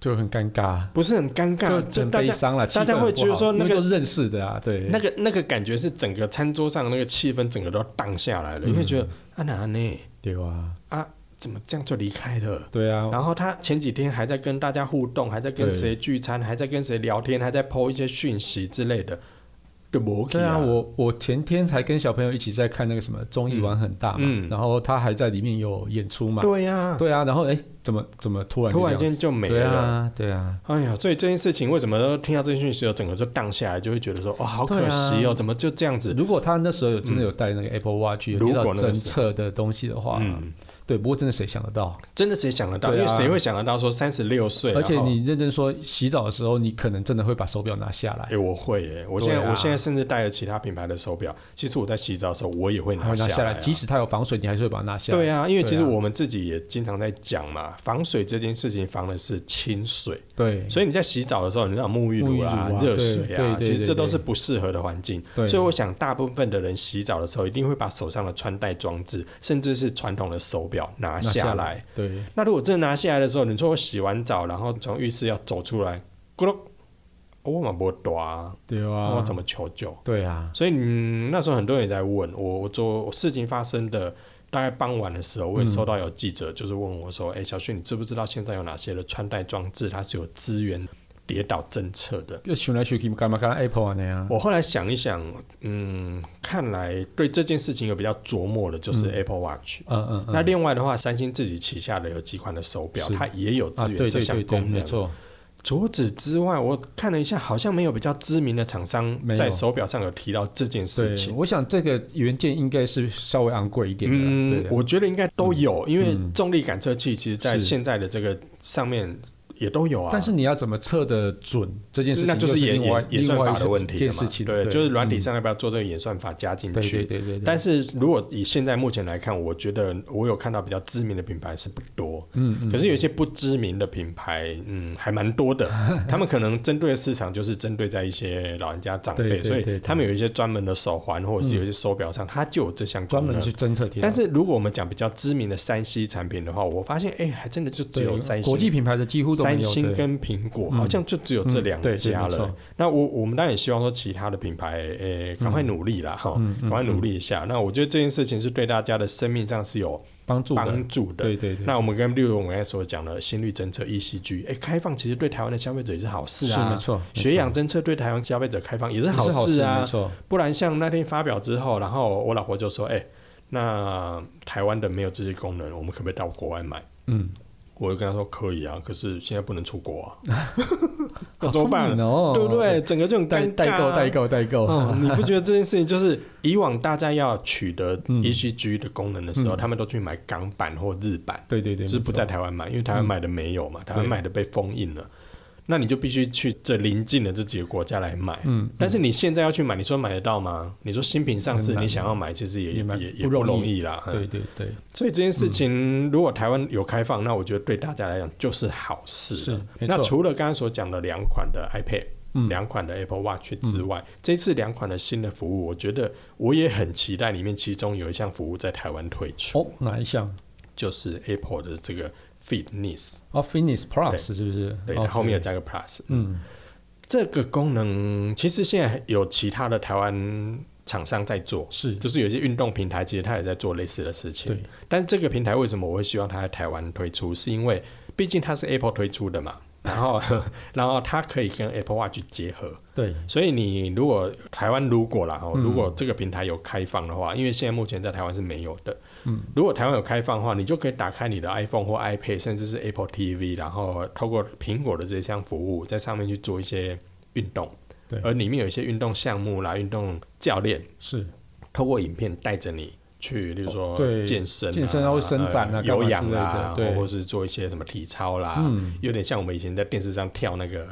Speaker 1: 就很尴尬，
Speaker 2: 不是很尴尬，
Speaker 1: 就
Speaker 2: 就
Speaker 1: 很
Speaker 2: 大
Speaker 1: 悲
Speaker 2: 家
Speaker 1: 伤了，
Speaker 2: 大家
Speaker 1: 气氛很
Speaker 2: 会觉得
Speaker 1: 不好
Speaker 2: 说那个
Speaker 1: 因为都是认识的啊，对，
Speaker 2: 那个那个感觉是整个餐桌上那个气氛整个都荡下
Speaker 1: 嗯
Speaker 2: 来了，你会觉得啊哪呢
Speaker 1: 对啊，
Speaker 2: 啊怎么这样就离开了？
Speaker 1: 对啊，
Speaker 2: 然后他前几天还在跟大家互动，还在跟
Speaker 1: 对
Speaker 2: 谁聚餐，还在跟谁聊天，还在 PO 一些讯息之类的，就没去
Speaker 1: 对啊，我我前天才跟小朋友一起在看那个什么综艺玩很大嘛，
Speaker 2: 嗯嗯
Speaker 1: 然后他还在里面有演出嘛，
Speaker 2: 对呀、
Speaker 1: 对啊，然后哎，怎么怎么突然就
Speaker 2: 突然
Speaker 1: 这样
Speaker 2: 间
Speaker 1: 子
Speaker 2: 就没
Speaker 1: 对
Speaker 2: 了。
Speaker 1: 啊，对啊，
Speaker 2: 哎呀，所以这件事情为什么都听到这些讯息，我整个就荡下来，就会觉得说，哦，好可惜
Speaker 1: 对啊
Speaker 2: 哦，怎么就这样子？
Speaker 1: 如果他那时候有真的有带那个 Apple Watch，、有
Speaker 2: 如
Speaker 1: 接
Speaker 2: 果
Speaker 1: 到
Speaker 2: 那个
Speaker 1: 侦
Speaker 2: 时
Speaker 1: 测的东西的话，
Speaker 2: 嗯，
Speaker 1: 对，不过真的谁想得到？
Speaker 2: 真的谁想得到？
Speaker 1: 对啊
Speaker 2: 因为谁会想得到说三十六岁，啊哦
Speaker 1: 而且
Speaker 2: 然后
Speaker 1: 你认真说，洗澡的时候，你可能真的会把手表拿下
Speaker 2: 哎、
Speaker 1: 来，
Speaker 2: 我会耶、我现
Speaker 1: 对
Speaker 2: 在、
Speaker 1: 啊
Speaker 2: 我现在甚至戴了其他品牌的手表，其实我在洗澡的时候我也会
Speaker 1: 然后
Speaker 2: 拿
Speaker 1: 拿
Speaker 2: 下
Speaker 1: 下
Speaker 2: 来、啊
Speaker 1: 来，即使它有防水，你还是会把它拿下来。
Speaker 2: 对啊，因为其实
Speaker 1: 对啊
Speaker 2: 我们自己也经常在讲嘛，防水这件事情防的是清水，
Speaker 1: 对
Speaker 2: 所以你在洗澡的时候，你知道沐浴
Speaker 1: 沐
Speaker 2: 露啊
Speaker 1: 浴、乳啊
Speaker 2: 热水
Speaker 1: 对
Speaker 2: 啊，
Speaker 1: 对对
Speaker 2: 其实这
Speaker 1: 对
Speaker 2: 都是不适合的环境。
Speaker 1: 对
Speaker 2: 所以我想，大部分的人洗澡的时候，一定会把手上的穿戴装置，甚至是传统的手表拿
Speaker 1: 拿
Speaker 2: 下
Speaker 1: 来
Speaker 2: 来。，
Speaker 1: 对
Speaker 2: 那如果真的拿下来的时候，你说我洗完澡，然后从浴室要走出来，咕噜，我嘛不多啊，
Speaker 1: 对啊，
Speaker 2: 我怎么求救？
Speaker 1: 对啊，
Speaker 2: 所以、嗯、那时候很多人也在问我，我做事情发生的大概傍晚的时候，我也收到有记者就是问我说：“哎、小旭，你知不知道现在有哪些的穿戴装置它是有资源跌倒侦测的
Speaker 1: 又选来选去干嘛干嘛 Apple 啊那？”样？
Speaker 2: 我后来想一想，嗯，看来对这件事情有比较琢磨的就是 Apple Watch。
Speaker 1: 嗯嗯嗯，
Speaker 2: 那另外的话，三星自己旗下的有几款的手表，
Speaker 1: 是
Speaker 2: 它也有资
Speaker 1: 啊，
Speaker 2: 源
Speaker 1: 对
Speaker 2: 这
Speaker 1: 对
Speaker 2: 项
Speaker 1: 对对，
Speaker 2: 功
Speaker 1: 没
Speaker 2: 能。
Speaker 1: 错，
Speaker 2: 除此之外，我看了一下，好像没有比较知名的厂商
Speaker 1: 没有
Speaker 2: 在手表上有提到这件事
Speaker 1: 对
Speaker 2: 情，。
Speaker 1: 我想这个原件应该是稍微昂贵一点的，
Speaker 2: 嗯
Speaker 1: 对，啊
Speaker 2: 我觉得应该都有，因为
Speaker 1: 嗯
Speaker 2: 重力感测器其实在
Speaker 1: 是
Speaker 2: 现在的这个上面也都有啊。
Speaker 1: 但是你要怎么测的准这件事情，
Speaker 2: 那就是演
Speaker 1: 另外
Speaker 2: 演演算法的问题
Speaker 1: 另外一件
Speaker 2: 了嘛
Speaker 1: 事？情，
Speaker 2: 对，就是软体
Speaker 1: 嗯
Speaker 2: 上要不要做这个演算法加进
Speaker 1: 对对
Speaker 2: 去？
Speaker 1: 对对，对
Speaker 2: 但是如果以现在目前来看，我觉得我有看到比较知名的品牌是不多，
Speaker 1: 嗯嗯，
Speaker 2: 可是有一些不知名的品牌，嗯，还蛮 多的。他们可能针对的市场就是针对在一些老人家长
Speaker 1: 对
Speaker 2: 辈，
Speaker 1: 对
Speaker 2: 所以
Speaker 1: 对对
Speaker 2: 他们有一些专门的手环或者是有一些手表上，它就有这项
Speaker 1: 专
Speaker 2: 功
Speaker 1: 门
Speaker 2: 能。
Speaker 1: 去侦测贴，
Speaker 2: 但是如果我们讲比较知名的三 C 产品的话，我发现哎、还真的就只
Speaker 1: 对
Speaker 2: 有三
Speaker 1: 国际
Speaker 2: 星。
Speaker 1: 品牌的几乎都没
Speaker 2: 三
Speaker 1: 有
Speaker 2: 星
Speaker 1: 对
Speaker 2: 跟苹果
Speaker 1: 嗯
Speaker 2: 好像就只有这两
Speaker 1: 嗯对
Speaker 2: 家
Speaker 1: 对
Speaker 2: 了。
Speaker 1: 没错
Speaker 2: 那我我们当然也希望说其他的品牌，诶、赶快努力啦，哈、
Speaker 1: 嗯嗯
Speaker 2: 赶快努力一下。那我觉得这件事情是对大家的生命上是有
Speaker 1: 帮助的
Speaker 2: 帮，助的。
Speaker 1: 嗯对对对，
Speaker 2: 那我们跟例如我们刚才所讲的心率侦测 ECG，哎、开放其实对台湾的消费者也是好事
Speaker 1: 是没
Speaker 2: 啊。
Speaker 1: 错，没
Speaker 2: 血
Speaker 1: 错
Speaker 2: 氧侦测对台湾消费者开放也是
Speaker 1: 也
Speaker 2: 好
Speaker 1: 是好
Speaker 2: 事啊
Speaker 1: 没。错，
Speaker 2: 不然像那天发表之后，然后我老婆就说：“哎、那台湾的没有这些功能，我们可不可以到国外买
Speaker 1: 嗯，？”
Speaker 2: 我就跟她说：“可以啊，可是现在不能出国啊，
Speaker 1: 好
Speaker 2: 怎么
Speaker 1: 聪
Speaker 2: 办
Speaker 1: 明哦，
Speaker 2: 对不对？整个就很
Speaker 1: 代
Speaker 2: 尴尬、啊
Speaker 1: 代购代。购 代购，
Speaker 2: 哦，你不觉得这件事情就是以往大家要取得
Speaker 1: 嗯
Speaker 2: ECG 的功能的时候，他们都去买港版或日版，
Speaker 1: 对对对，
Speaker 2: 就是不
Speaker 1: 没错嗯
Speaker 2: 在台湾买，因为台湾买的没有嘛，台湾
Speaker 1: 对
Speaker 2: 买的被封印了，那你就必须去这邻近的这几个国家来买。
Speaker 1: 嗯，
Speaker 2: 但是你现在要去买，你说买得到吗？你说新品上市，
Speaker 1: 很难
Speaker 2: 你想要买，其实也
Speaker 1: 也蛮
Speaker 2: 也
Speaker 1: 不
Speaker 2: 也
Speaker 1: 容易
Speaker 2: 不容易啦。嗯
Speaker 1: 对嗯对对，
Speaker 2: 所以这件事情，如果台湾有开放，那我觉得对大家来讲就是好事了。
Speaker 1: 是没错
Speaker 2: 那除了刚刚所讲的两款的 iPad，
Speaker 1: 嗯
Speaker 2: 两款的 Apple Watch 之外，这次两款的新的服务，我觉得我也很期待。里面其中有一项服务在台湾推出，
Speaker 1: 哦，哪一项？
Speaker 2: 就是 Apple 的这个 Fitness，
Speaker 1: 哦，Fitness
Speaker 2: 对
Speaker 1: Plus 是不是？
Speaker 2: 对，
Speaker 1: 哦
Speaker 2: 它后面有加个 Plus，
Speaker 1: 嗯
Speaker 2: 这个功能其实现在有其他的台湾厂商在做，
Speaker 1: 是
Speaker 2: 就是有些运动平台其实它也在做类似的事情。
Speaker 1: 对，
Speaker 2: 但这个平台为什么我会希望它在台湾推出？是因为毕竟它是 Apple 推出的嘛，然后 然后它可以跟 Apple Watch 结合，
Speaker 1: 对
Speaker 2: 所以你如果台湾如果啦，
Speaker 1: 嗯
Speaker 2: 哦，如果这个平台有开放的话，因为现在目前在台湾是没有的。嗯，如果台湾有开放的话，你就可以打开你的 iPhone 或 iPad，甚至是 Apple TV，然后透过苹果的这项服务，在上面去做一些运动。
Speaker 1: 对
Speaker 2: 而里面有一些运动项目啦，运动教练
Speaker 1: 是
Speaker 2: 透过影片带着你去，例如说
Speaker 1: 哦对
Speaker 2: 健身、啊、
Speaker 1: 健身啊或伸展啊
Speaker 2: 呃
Speaker 1: 干嘛
Speaker 2: 有氧啦，
Speaker 1: 之类的对
Speaker 2: 或者是做一些什么体操啦，
Speaker 1: 嗯
Speaker 2: 有点像我们以前在电视上跳那个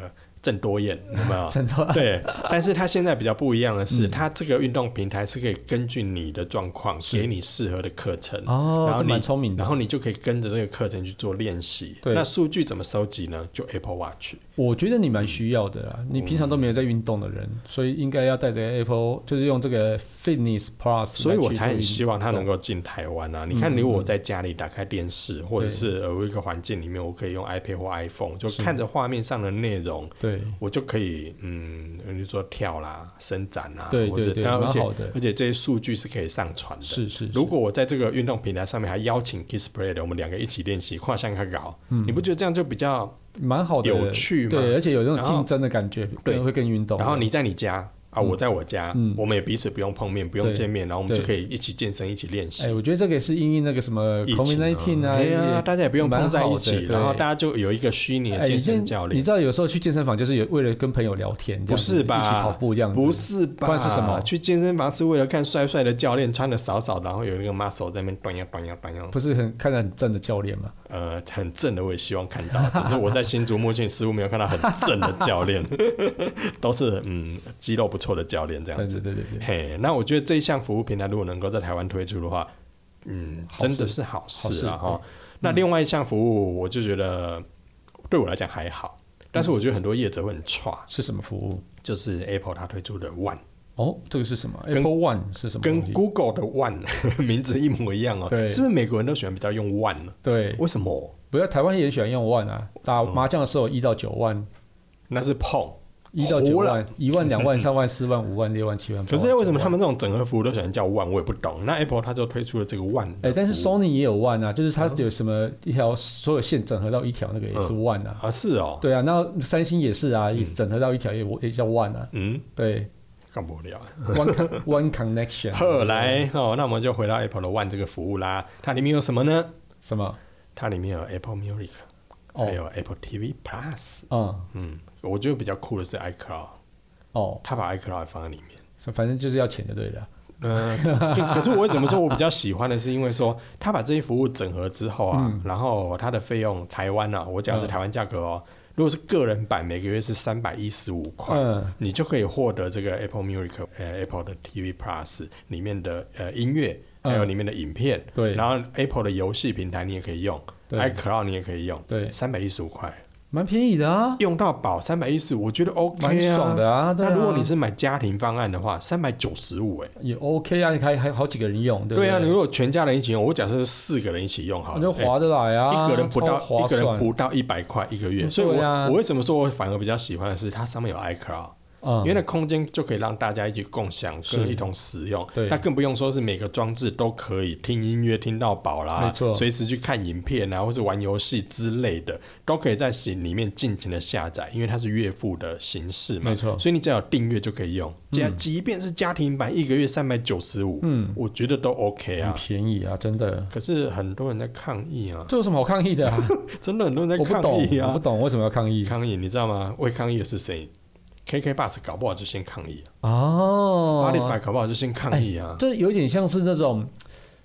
Speaker 2: 郑多燕，有没有？
Speaker 1: 真 的
Speaker 2: 啊对，但是它现在比较不一样的是，
Speaker 1: 嗯
Speaker 2: 它这个运动平台是可以根据你的状况
Speaker 1: 是
Speaker 2: 给你适合的课程，
Speaker 1: 哦
Speaker 2: 然，
Speaker 1: 这
Speaker 2: 后你
Speaker 1: 蛮聪明的
Speaker 2: 然。后你就可以跟着这个课程去做练习。
Speaker 1: 对
Speaker 2: 那数据怎么收集呢？就 Apple Watch。
Speaker 1: 我觉得你蛮需要的
Speaker 2: 嗯
Speaker 1: 啦，你平常都没有在运动的人，所以应该要带着 Apple，就是用这个 Fitness Plus，
Speaker 2: 所以我才
Speaker 1: 来
Speaker 2: 很
Speaker 1: 去
Speaker 2: 希
Speaker 1: 做运
Speaker 2: 望它能够进台湾啊！你看，如果我在家里打开电视，或者
Speaker 1: 对
Speaker 2: 是呃我一个环境里面，我可以用 iPad 或 iPhone，就看着画面上的内容，
Speaker 1: 对
Speaker 2: 我就可以嗯，你说跳啦、伸展啦，
Speaker 1: 对
Speaker 2: 或者
Speaker 1: 对对，
Speaker 2: 然后
Speaker 1: 蛮
Speaker 2: 而且
Speaker 1: 好的，
Speaker 2: 而且这些数据是可以上传的。
Speaker 1: 是是，
Speaker 2: 如果我在这个运动平台上面还邀请 Kissplay 的，我们两个一起练习跨项开搞，
Speaker 1: 嗯
Speaker 2: 你不觉得这样就比较？
Speaker 1: 是蛮好的，
Speaker 2: 有趣嘛
Speaker 1: 对，而且有那种
Speaker 2: 然后
Speaker 1: 竞争的感觉，
Speaker 2: 对
Speaker 1: 更会更运动。
Speaker 2: 然后你在你家啊，我在我家
Speaker 1: 嗯，
Speaker 2: 我们也彼此不用碰面，不用
Speaker 1: 对
Speaker 2: 见面，然后我们
Speaker 1: 对
Speaker 2: 就可以一起健身，一起练习
Speaker 1: 哎，。我觉得这个也是因应那个什么
Speaker 2: 疫情
Speaker 1: COVID-19
Speaker 2: 啊，
Speaker 1: 啊，
Speaker 2: 哎呀，大家也不用碰在一
Speaker 1: 蛮好
Speaker 2: 起，
Speaker 1: 的对
Speaker 2: 然后大家就有一个虚拟
Speaker 1: 哎
Speaker 2: 的健
Speaker 1: 你
Speaker 2: 身
Speaker 1: 现
Speaker 2: 教
Speaker 1: 你
Speaker 2: 练，
Speaker 1: 知道有时候去健身房就是有为了跟朋友聊天，这
Speaker 2: 不
Speaker 1: 样子
Speaker 2: 是吧？
Speaker 1: 一起跑步这样子，
Speaker 2: 不是吧？
Speaker 1: 不然是什么
Speaker 2: 去健身房是为了看帅帅的教练穿的少少，然后有那个 muscle 在那边端呀端呀端呀，
Speaker 1: 不是很看着很正的教练嘛？
Speaker 2: 呃，很正的我也希望看到， 只是我在新竹目前似乎没有看到很正的教练， 都是嗯肌肉不错的教练这样
Speaker 1: 对
Speaker 2: 子
Speaker 1: 对。对对对，
Speaker 2: 嘿，那我觉得这一项服务平台如果能够在台湾推出的话，嗯，
Speaker 1: 好事
Speaker 2: 真的是好事啊
Speaker 1: 好事
Speaker 2: 哈。那另外一项服务，我就觉得对我来讲还好，但是我觉得很多业者会很差，
Speaker 1: 是什么服务？
Speaker 2: 就是 Apple 它推出的 One
Speaker 1: 哦，这个是什么
Speaker 2: 跟
Speaker 1: ？Apple One 是什么
Speaker 2: 跟
Speaker 1: 东西？
Speaker 2: Google 的 One 名字一模一样哦，
Speaker 1: 对
Speaker 2: 是不是美国人都喜欢比较用 One 呢？
Speaker 1: 对，
Speaker 2: 为什么？
Speaker 1: 不要台湾也喜欢用万啊，打麻将的时候一到九万，
Speaker 2: 那是 Pong，
Speaker 1: 一到九
Speaker 2: 哦胡
Speaker 1: 万，一万、两万、三万、四万、五万、六万、七万。
Speaker 2: 可
Speaker 1: 八
Speaker 2: 是
Speaker 1: 万
Speaker 2: 为什么？他
Speaker 1: 九万
Speaker 2: 们这种整合服务都喜欢叫 One，我也不懂。那 Apple 它就推出了这个嗯 One，
Speaker 1: 哎，但是
Speaker 2: 哦
Speaker 1: Sony 也有万啊，就是它有什么一条所有线整合到一条，那个也是万啊。
Speaker 2: 啊是哦，
Speaker 1: 对啊，那三星也是啊，也整合到一条也也叫万啊。
Speaker 2: 嗯，
Speaker 1: 对
Speaker 2: 干不了。
Speaker 1: ，One Con- One Connection。
Speaker 2: 后来
Speaker 1: 嗯
Speaker 2: 哦，那我们就回到 Apple 的 One 这个服务啦。它里面有什么呢？
Speaker 1: 什么？
Speaker 2: 它里面有 Apple Music，
Speaker 1: 哦
Speaker 2: 还有 Apple TV Plus。
Speaker 1: 嗯，
Speaker 2: 嗯，我觉得比较酷的是 iCloud，
Speaker 1: 哦，
Speaker 2: 它把 iCloud 也放在里面。
Speaker 1: 反正就是要钱就对了。
Speaker 2: 嗯，就可是我为什么说我比较喜欢的是，因为说它把这些服务整合之后啊，然后它的费用台湾啊，我讲的是
Speaker 1: 嗯
Speaker 2: 台湾价格哦，如果是个人版，每个月是三百一十五块，
Speaker 1: 嗯
Speaker 2: 你就可以获得这个 Apple Music、呃 Apple 的 TV Plus 里面的呃音乐，还有
Speaker 1: 嗯
Speaker 2: 里面的影片，
Speaker 1: 对
Speaker 2: 然后 Apple 的游戏平台你也可以用
Speaker 1: 对
Speaker 2: ，iCloud 你也可以用，
Speaker 1: 对
Speaker 2: 三百一十五块
Speaker 1: 蛮便宜的啊，
Speaker 2: 用到饱，三百一十五，我觉得 OK 啊，
Speaker 1: 蛮爽的啊。对啊
Speaker 2: 那如果你是买家庭方案的话，三百九十五哎。
Speaker 1: 也 OK 啊，你还还好几个人用，对不
Speaker 2: 对啊，你如果全家人一起用，我假设是四个人一起用好
Speaker 1: 我
Speaker 2: 了，
Speaker 1: 啊就划得来
Speaker 2: 哎
Speaker 1: 啊，
Speaker 2: 一个人不
Speaker 1: 超
Speaker 2: 到
Speaker 1: 划
Speaker 2: 一个人
Speaker 1: 算
Speaker 2: 不到一百块一个月，
Speaker 1: 嗯
Speaker 2: 所以我、
Speaker 1: 对啊
Speaker 2: 我为什么说我反而比较喜欢的是它上面有 iCloud，、
Speaker 1: 嗯
Speaker 2: 因为那空间就可以让大家一起共享，
Speaker 1: 是
Speaker 2: 跟一同使用
Speaker 1: 对。
Speaker 2: 那更不用说是每个装置都可以听音乐听到饱
Speaker 1: 没
Speaker 2: 啦
Speaker 1: 错，
Speaker 2: 随时去看影片啊，或是玩游戏之类的，都可以在里面尽情的下载，因为它是月付的形式嘛
Speaker 1: 没。错，
Speaker 2: 所以你只要有订阅就可以用，加、即便是家庭版，一个月三百九十五，
Speaker 1: 嗯，
Speaker 2: 我觉得都 OK
Speaker 1: 很
Speaker 2: 啊。
Speaker 1: 便宜啊，真的。
Speaker 2: 可是很多人在抗议啊，
Speaker 1: 这有什么好抗议的、啊？
Speaker 2: 真的很多人
Speaker 1: 我不
Speaker 2: 在抗
Speaker 1: 懂，
Speaker 2: 议
Speaker 1: 我不
Speaker 2: 啊，
Speaker 1: 懂为什么要抗议
Speaker 2: 抗议，你知道吗？为抗议的是谁？KK Bus 搞不好就先抗议、啊
Speaker 1: 哦哎
Speaker 2: Spotify 搞不好就先抗议啊。
Speaker 1: 这有点像是那种，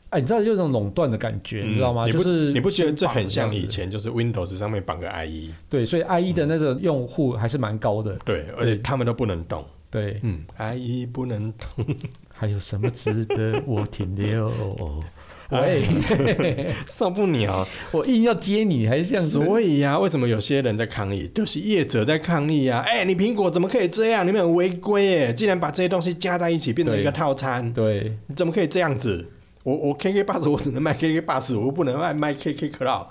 Speaker 1: 哎，你知道，有种垄断的感觉，
Speaker 2: 嗯
Speaker 1: 你知道吗？
Speaker 2: 你
Speaker 1: 就
Speaker 2: 不
Speaker 1: 是
Speaker 2: 你不觉得这很像
Speaker 1: 先
Speaker 2: 以
Speaker 1: 绑这样子？
Speaker 2: 前就是 Windows 上面绑个 IE，
Speaker 1: 对，所以 IE 的那个用户还是蛮高的。
Speaker 2: 对，而且他们都不能动，
Speaker 1: 对，
Speaker 2: 嗯，IE 不能动，
Speaker 1: 还有什么值得我停留？
Speaker 2: 哎
Speaker 1: 喂，
Speaker 2: 受不了。
Speaker 1: 我硬要接你，还是这样子？
Speaker 2: 所以呀、啊为什么有些人在抗议？就是业者在抗议呀、啊！哎、你苹果怎么可以这样？你们很违规哎！竟然把这些东西加在一起变成
Speaker 1: 对
Speaker 2: 一个套餐，
Speaker 1: 对，
Speaker 2: 你怎么可以这样子？我我 KK bus 我只能卖 KK bus，我不能卖卖 KK cloud。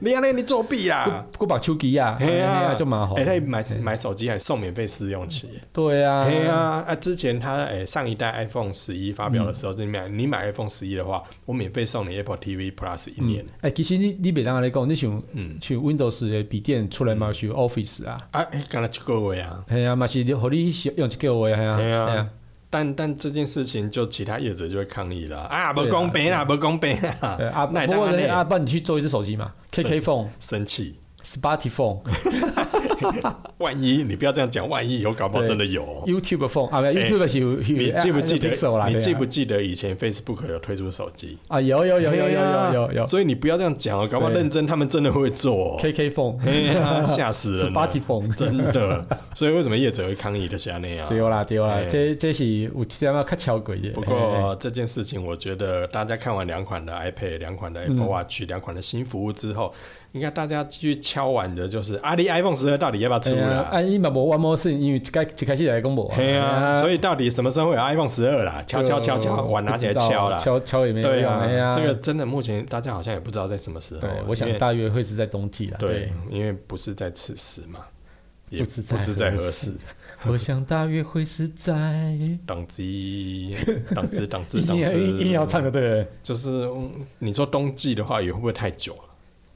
Speaker 2: 你安尼你作弊啦！
Speaker 1: 不把丘吉亚，
Speaker 2: 啊嘿
Speaker 1: 哎
Speaker 2: 呀
Speaker 1: 呀，就蛮好
Speaker 2: 哎、。他买买手机还送免费试用期，
Speaker 1: 对啊，
Speaker 2: 哎呀、啊，之前他哎、上一代 iPhone 十一发表的时候，你
Speaker 1: 嗯
Speaker 2: 买你买 iPhone 十一的话，我免费送你 Apple TV Plus 一年。
Speaker 1: 哎，其实你你别当来讲，你想
Speaker 2: 嗯，
Speaker 1: 去 Windows 的笔电出来嘛，去 Office 啊，
Speaker 2: 啊，哎刚才去各位啊，
Speaker 1: 系啊，嘛是互你用一个话，系啊，
Speaker 2: 嘿啊
Speaker 1: 嘿啊，
Speaker 2: 但但这件事情就其他业者就会抗议了啊，不
Speaker 1: 对啊
Speaker 2: 公平啦，不公平
Speaker 1: 对
Speaker 2: 啦，
Speaker 1: 啊，
Speaker 2: 那
Speaker 1: 不过
Speaker 2: 当然
Speaker 1: 呢，
Speaker 2: 呢
Speaker 1: 啊，帮你去做一只手机嘛
Speaker 2: 是哦
Speaker 1: ，KK Phone、
Speaker 2: 生气。
Speaker 1: Spotify Phone、
Speaker 2: 万一你不要这样讲，万一有搞不好
Speaker 1: 对
Speaker 2: 真的有哦。
Speaker 1: YouTube Phone 啊，不，YouTube 是有是有
Speaker 2: 你记不记得
Speaker 1: 啊有 Pixel 啦？？
Speaker 2: 你记不
Speaker 1: 对啊
Speaker 2: 记得以前 Facebook 有推出手机？
Speaker 1: 啊？有有有有
Speaker 2: 嘿
Speaker 1: 有
Speaker 2: 啊
Speaker 1: 有有有
Speaker 2: 所以你不要这样讲哦，搞不好
Speaker 1: 对
Speaker 2: 认真，他们真的会做哦。
Speaker 1: KK Phone、
Speaker 2: 嘿啊吓死人了！
Speaker 1: Spotify Phone。
Speaker 2: 真的。所以为什么业者会抗议的像那样？
Speaker 1: 对啊啦，对啦
Speaker 2: 嘿，
Speaker 1: 这这是有一点啊，较超过的。
Speaker 2: 哎
Speaker 1: 哎
Speaker 2: 不
Speaker 1: 嘿
Speaker 2: 过这件事情，我觉得大家看完两款的 iPad、两款的
Speaker 1: 嗯
Speaker 2: Apple Watch、两款的新服务之后，应该大家去敲碗的就是阿里 iPhone 十二到底要不要出
Speaker 1: 嘿嘿啊，
Speaker 2: 啦？
Speaker 1: 啊，伊嘛无 one more thing，因为一开一开始来讲无。哎
Speaker 2: 嘿啊，所
Speaker 1: 以
Speaker 2: 以到底什么时候会有 iPhone 十二啦？敲敲敲
Speaker 1: 啊
Speaker 2: 敲，碗拿起来敲啦。
Speaker 1: 敲敲也没有
Speaker 2: 对
Speaker 1: 用。
Speaker 2: 啊
Speaker 1: 哎，呀，
Speaker 2: 这个真的目前大家好像也不知道在什么时候
Speaker 1: 对，。我
Speaker 2: 因
Speaker 1: 想
Speaker 2: 为
Speaker 1: 大约会是在冬季啦。
Speaker 2: 对，因为不是在此时嘛，也
Speaker 1: 不知在
Speaker 2: 在何
Speaker 1: 何
Speaker 2: 时
Speaker 1: 时。我想大约会是在，
Speaker 2: 党之 党之党之
Speaker 1: 一
Speaker 2: 党
Speaker 1: 定要
Speaker 2: 之，
Speaker 1: 一定要唱的对了。
Speaker 2: 就是、嗯你说冬季的话，也会不会太久啊了？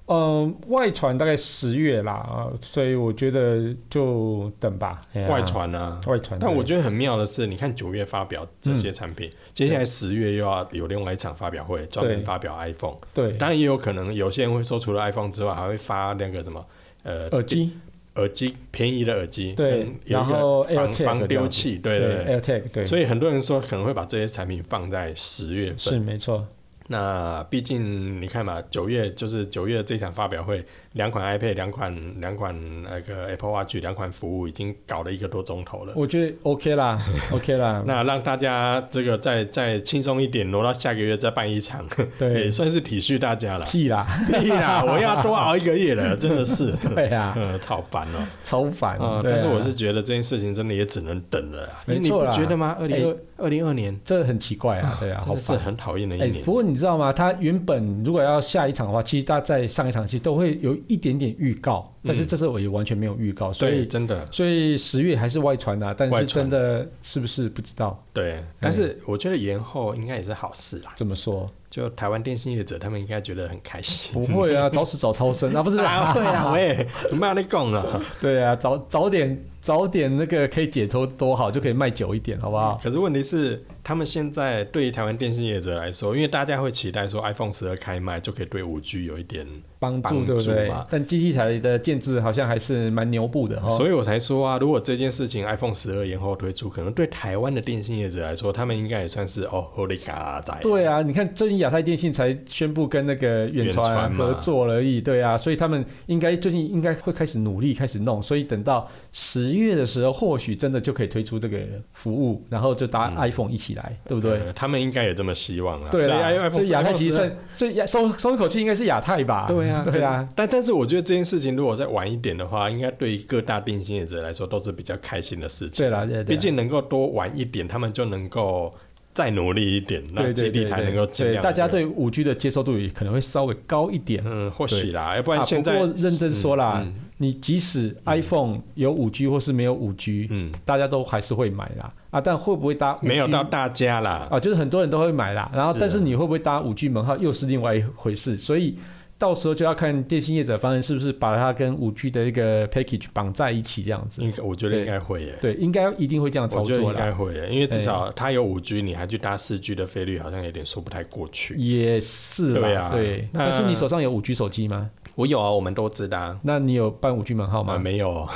Speaker 1: 嗯，外传大概十月啦，啊所以我觉得就等吧。哎呀
Speaker 2: 外传啊，
Speaker 1: 外传，
Speaker 2: 但我
Speaker 1: 对
Speaker 2: 觉得很妙的是，你看九月发表这些产
Speaker 1: 嗯
Speaker 2: 品，接下来十月又要有另外一场发表会，专门发表 iPhone。
Speaker 1: 对
Speaker 2: 当然也有可能有些人会说，除了 iPhone 之外，还会发那个什么呃
Speaker 1: 耳机
Speaker 2: 耳机便宜的耳机，
Speaker 1: 对
Speaker 2: 跟有
Speaker 1: 然后
Speaker 2: 一个防
Speaker 1: AirTag
Speaker 2: 防丢器，对对对。
Speaker 1: AirTag 对，
Speaker 2: 所以很多人说可能会把这些产品放在十月份，
Speaker 1: 是没错，
Speaker 2: 那毕竟你看嘛，九月就是九月这场发表会，两款 iPad、两款两款那个 Apple Watch、两款服务已经搞了一个多钟头了。
Speaker 1: 我觉得 OK 啦，OK 啦，
Speaker 2: 那让大家这个再再轻松一点，挪到下个月再办一场， 也
Speaker 1: 对，
Speaker 2: 算是体恤大家了。
Speaker 1: 屁 啦，
Speaker 2: 屁啦，我要多熬一个月了，真的是，
Speaker 1: 对啊，
Speaker 2: 呃，好烦哦。
Speaker 1: 超烦
Speaker 2: 啊，，
Speaker 1: 对啊
Speaker 2: 但是我是觉得这件事情真的也只能等了啊，因为
Speaker 1: 没
Speaker 2: 你不
Speaker 1: 错啦
Speaker 2: 觉得吗？二零二二零二年
Speaker 1: 这很奇怪啊，对啊，
Speaker 2: 真
Speaker 1: 好
Speaker 2: 的是
Speaker 1: 烦。
Speaker 2: 很讨厌的一
Speaker 1: 哎，
Speaker 2: 年
Speaker 1: 不。过你知道吗？他原本如果要下一场的话，其实他在上一场其实都会有一点点预告，但是这次我也完全没有预告，所
Speaker 2: 嗯对，
Speaker 1: 以
Speaker 2: 真的，
Speaker 1: 所以十月还是外传啊，但
Speaker 2: 外
Speaker 1: 是真
Speaker 2: 传
Speaker 1: 的是不是不知道
Speaker 2: 对，但是我觉得延后应该也是好事啦。
Speaker 1: 怎么说？
Speaker 2: 就台湾电信业者，他们应该觉得很开心。
Speaker 1: 不会啊， 早死早超生啊，不是
Speaker 2: 啊，
Speaker 1: 啊，
Speaker 2: 对啊，我也没有在讲了。
Speaker 1: 对啊，早早点早点那个可以解脱多好，就可以卖久一点，好不好？
Speaker 2: 可是问题是，他们现在对于台湾电信业者来说，因为大家会期待说 iPhone 十二开卖就可以对五 G 有一点，
Speaker 1: 帮
Speaker 2: 帮助
Speaker 1: 助对不对
Speaker 2: 嘛？
Speaker 1: 但基地台的建制好像还是蛮牛步的哈、哦。
Speaker 2: 所以我才说啊，如果这件事情 iPhone 十二延后推出，可能对台湾的电信业者来说，他们应该也算是哦，Holy God 仔。
Speaker 1: 对啊，你看最近亚太电信才宣布跟那个远
Speaker 2: 远
Speaker 1: 传
Speaker 2: 传嘛
Speaker 1: 合作而已，对啊，所以他们应该最近应该会开始努力开始弄，所以等到十月的时候，或许真的就可以推出这个服务，然后就搭 iPhone 一起来，对不对？
Speaker 2: 呃他们应该也这么希望啊。
Speaker 1: 对
Speaker 2: 所以
Speaker 1: 啦，
Speaker 2: iPhone
Speaker 1: 所以亚太
Speaker 2: iPhone
Speaker 1: 其实
Speaker 2: 12
Speaker 1: 算，所以亚松松一口气应该是亚太吧？
Speaker 2: 对啊，
Speaker 1: 对啊，
Speaker 2: 但但是我觉得这件事情如果再晚一点的话，应该对于各大电信业者来说都是比较开心的事情。
Speaker 1: 对啊啦，对对
Speaker 2: 毕竟能够多晚一点，他们就能够再努力一点，
Speaker 1: 对
Speaker 2: 让基
Speaker 1: 对
Speaker 2: 地
Speaker 1: 对
Speaker 2: 台能够
Speaker 1: 对，
Speaker 2: 尽
Speaker 1: 对
Speaker 2: 量。
Speaker 1: 大家对五 G 的接受度也可能会稍微高一点。
Speaker 2: 嗯，或许
Speaker 1: 对
Speaker 2: 啦，要不
Speaker 1: 啊，
Speaker 2: 然现在
Speaker 1: 不过认真说啦，
Speaker 2: 嗯
Speaker 1: 你即使 iPhone 有五 G 或是没有五 G，、
Speaker 2: 嗯
Speaker 1: 大家都还是会买啦。啊，但会不会搭 5G,
Speaker 2: 没有到大家啦。
Speaker 1: 啊？就是很多人都会买啦。然后，
Speaker 2: 是啊
Speaker 1: 但是你会不会搭五 G 门号又是另外一回事。所以到时候就要看电信业者方案是不是把它跟五 G 的一个 package 绑在一起这样子。
Speaker 2: 应该我觉得应该会耶，
Speaker 1: 对，应该一定会这样操
Speaker 2: 我觉得
Speaker 1: 作
Speaker 2: 应
Speaker 1: 啦
Speaker 2: 该。会耶，因为至少它有五 G，你还去搭四 G 的费率，好像有点说不太过去。
Speaker 1: 也是啦，
Speaker 2: 对啊那
Speaker 1: 但是你手上有五 G 手机吗？
Speaker 2: 我有啊，我们都知道啊。
Speaker 1: 那你有办五 G 门号
Speaker 2: 啊，
Speaker 1: 吗？
Speaker 2: 没有。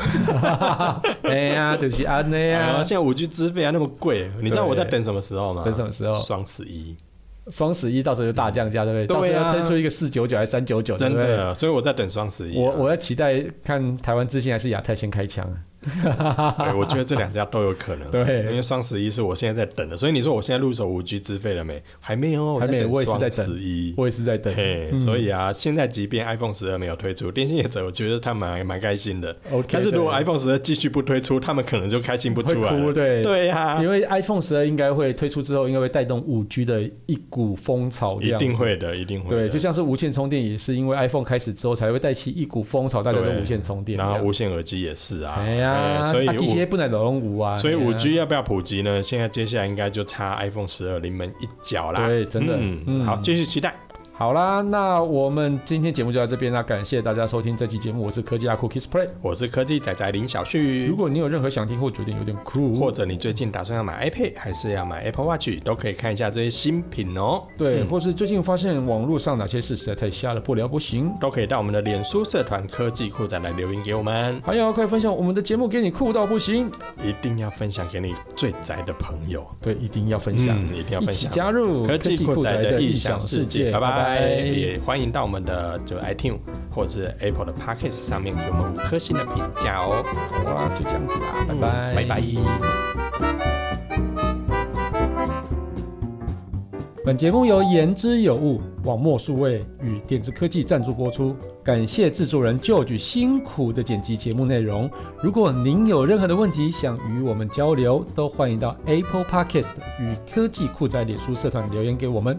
Speaker 1: 哎呀，就是安内
Speaker 2: 哎呀，
Speaker 1: 呀。
Speaker 2: 现在五 G 资费还那么贵，你知道我在
Speaker 1: 啊对
Speaker 2: 等什么时候吗？
Speaker 1: 等什么时候？
Speaker 2: 双十一，
Speaker 1: 双十一到时候就大降价，对不对？
Speaker 2: 对啊
Speaker 1: 到时候要推出一个四九九还是三九九，对
Speaker 2: 真
Speaker 1: 不对？
Speaker 2: 的，所以我在等双十一啊。
Speaker 1: 我我要期待看台湾之星还是亚太先开枪啊？
Speaker 2: 对，我觉得这两家都有可 能。
Speaker 1: 对
Speaker 2: 因为双十一是我现在在等的，所以你说我现在入手五 G 资费了没？还没有，
Speaker 1: 还没有我也是在等
Speaker 2: 十一。
Speaker 1: 我也嗯是在等。
Speaker 2: 嘿，所以啊，现在即便 iPhone 十二没有推出，电信业者我觉得他们还蛮开心的。
Speaker 1: OK，
Speaker 2: 但是如果
Speaker 1: 对
Speaker 2: iPhone 十二继续不推出，他们可能就开心不
Speaker 1: 会
Speaker 2: 出来
Speaker 1: 哭，
Speaker 2: 了。
Speaker 1: 对，
Speaker 2: 对啊呀、
Speaker 1: 因为 iPhone 十二应该会推出之后，应该会带动五 G 的一股风潮，这
Speaker 2: 一
Speaker 1: 样子
Speaker 2: 定。会的，一定会的。
Speaker 1: 对，就像是无线充电也是因为 iPhone 开始之后才会带起一股风潮，大家都
Speaker 2: 对
Speaker 1: 无线充电这
Speaker 2: 然
Speaker 1: 样。
Speaker 2: 后无线耳机也是啊，
Speaker 1: 哎呀，
Speaker 2: 所以
Speaker 1: 啊，
Speaker 2: 五
Speaker 1: 这些不能拢无啊。
Speaker 2: 所以
Speaker 1: 哎呀
Speaker 2: 五 G 要不要普及呢？现在接下来应该就差 iPhone 十二临门一脚啦。
Speaker 1: 对真的嗯
Speaker 2: 嗯，好，继续期待。
Speaker 1: 好啦，那我们今天节目就到这边啦，感谢大家收听这期节目，我是科技阿酷 Kiss Play。
Speaker 2: 我是科技仔仔林小
Speaker 1: 如
Speaker 2: 旭，
Speaker 1: 果你有任何想听或觉得有点酷，
Speaker 2: 或者你最近打算要买 iPad 还是要买 Apple Watch，都可以看一下这些新品哦。
Speaker 1: 对，或是最近发现网络上哪些事实在太瞎了，不聊不行。
Speaker 2: 都可以到我们的脸书社团科技酷仔来留言给我们，
Speaker 1: 还有，快分享我们的节目给你酷到不行，
Speaker 2: 一定要分享给你最宅的朋友，
Speaker 1: 对，一定要分享。
Speaker 2: 嗯，一定要
Speaker 1: 一
Speaker 2: 分
Speaker 1: 起
Speaker 2: 享。
Speaker 1: 加入
Speaker 2: 科技酷宅的异想世界，拜拜！
Speaker 1: 拜
Speaker 2: 也欢迎到我们的就 iTune 或者是 Apple 的 Podcast 上面给我们五颗星的评价哦。
Speaker 1: 拜好啦，就这样子啦，拜拜，
Speaker 2: 嗯拜拜。
Speaker 1: 本节目由言之有物、网墨数位与电子科技赞助播出，感谢制作人 George 辛苦的剪辑节目内容。如果您有任何的问题想与我们交流，都欢迎到 Apple Podcast 与科技酷宅脸书社团留言给我们。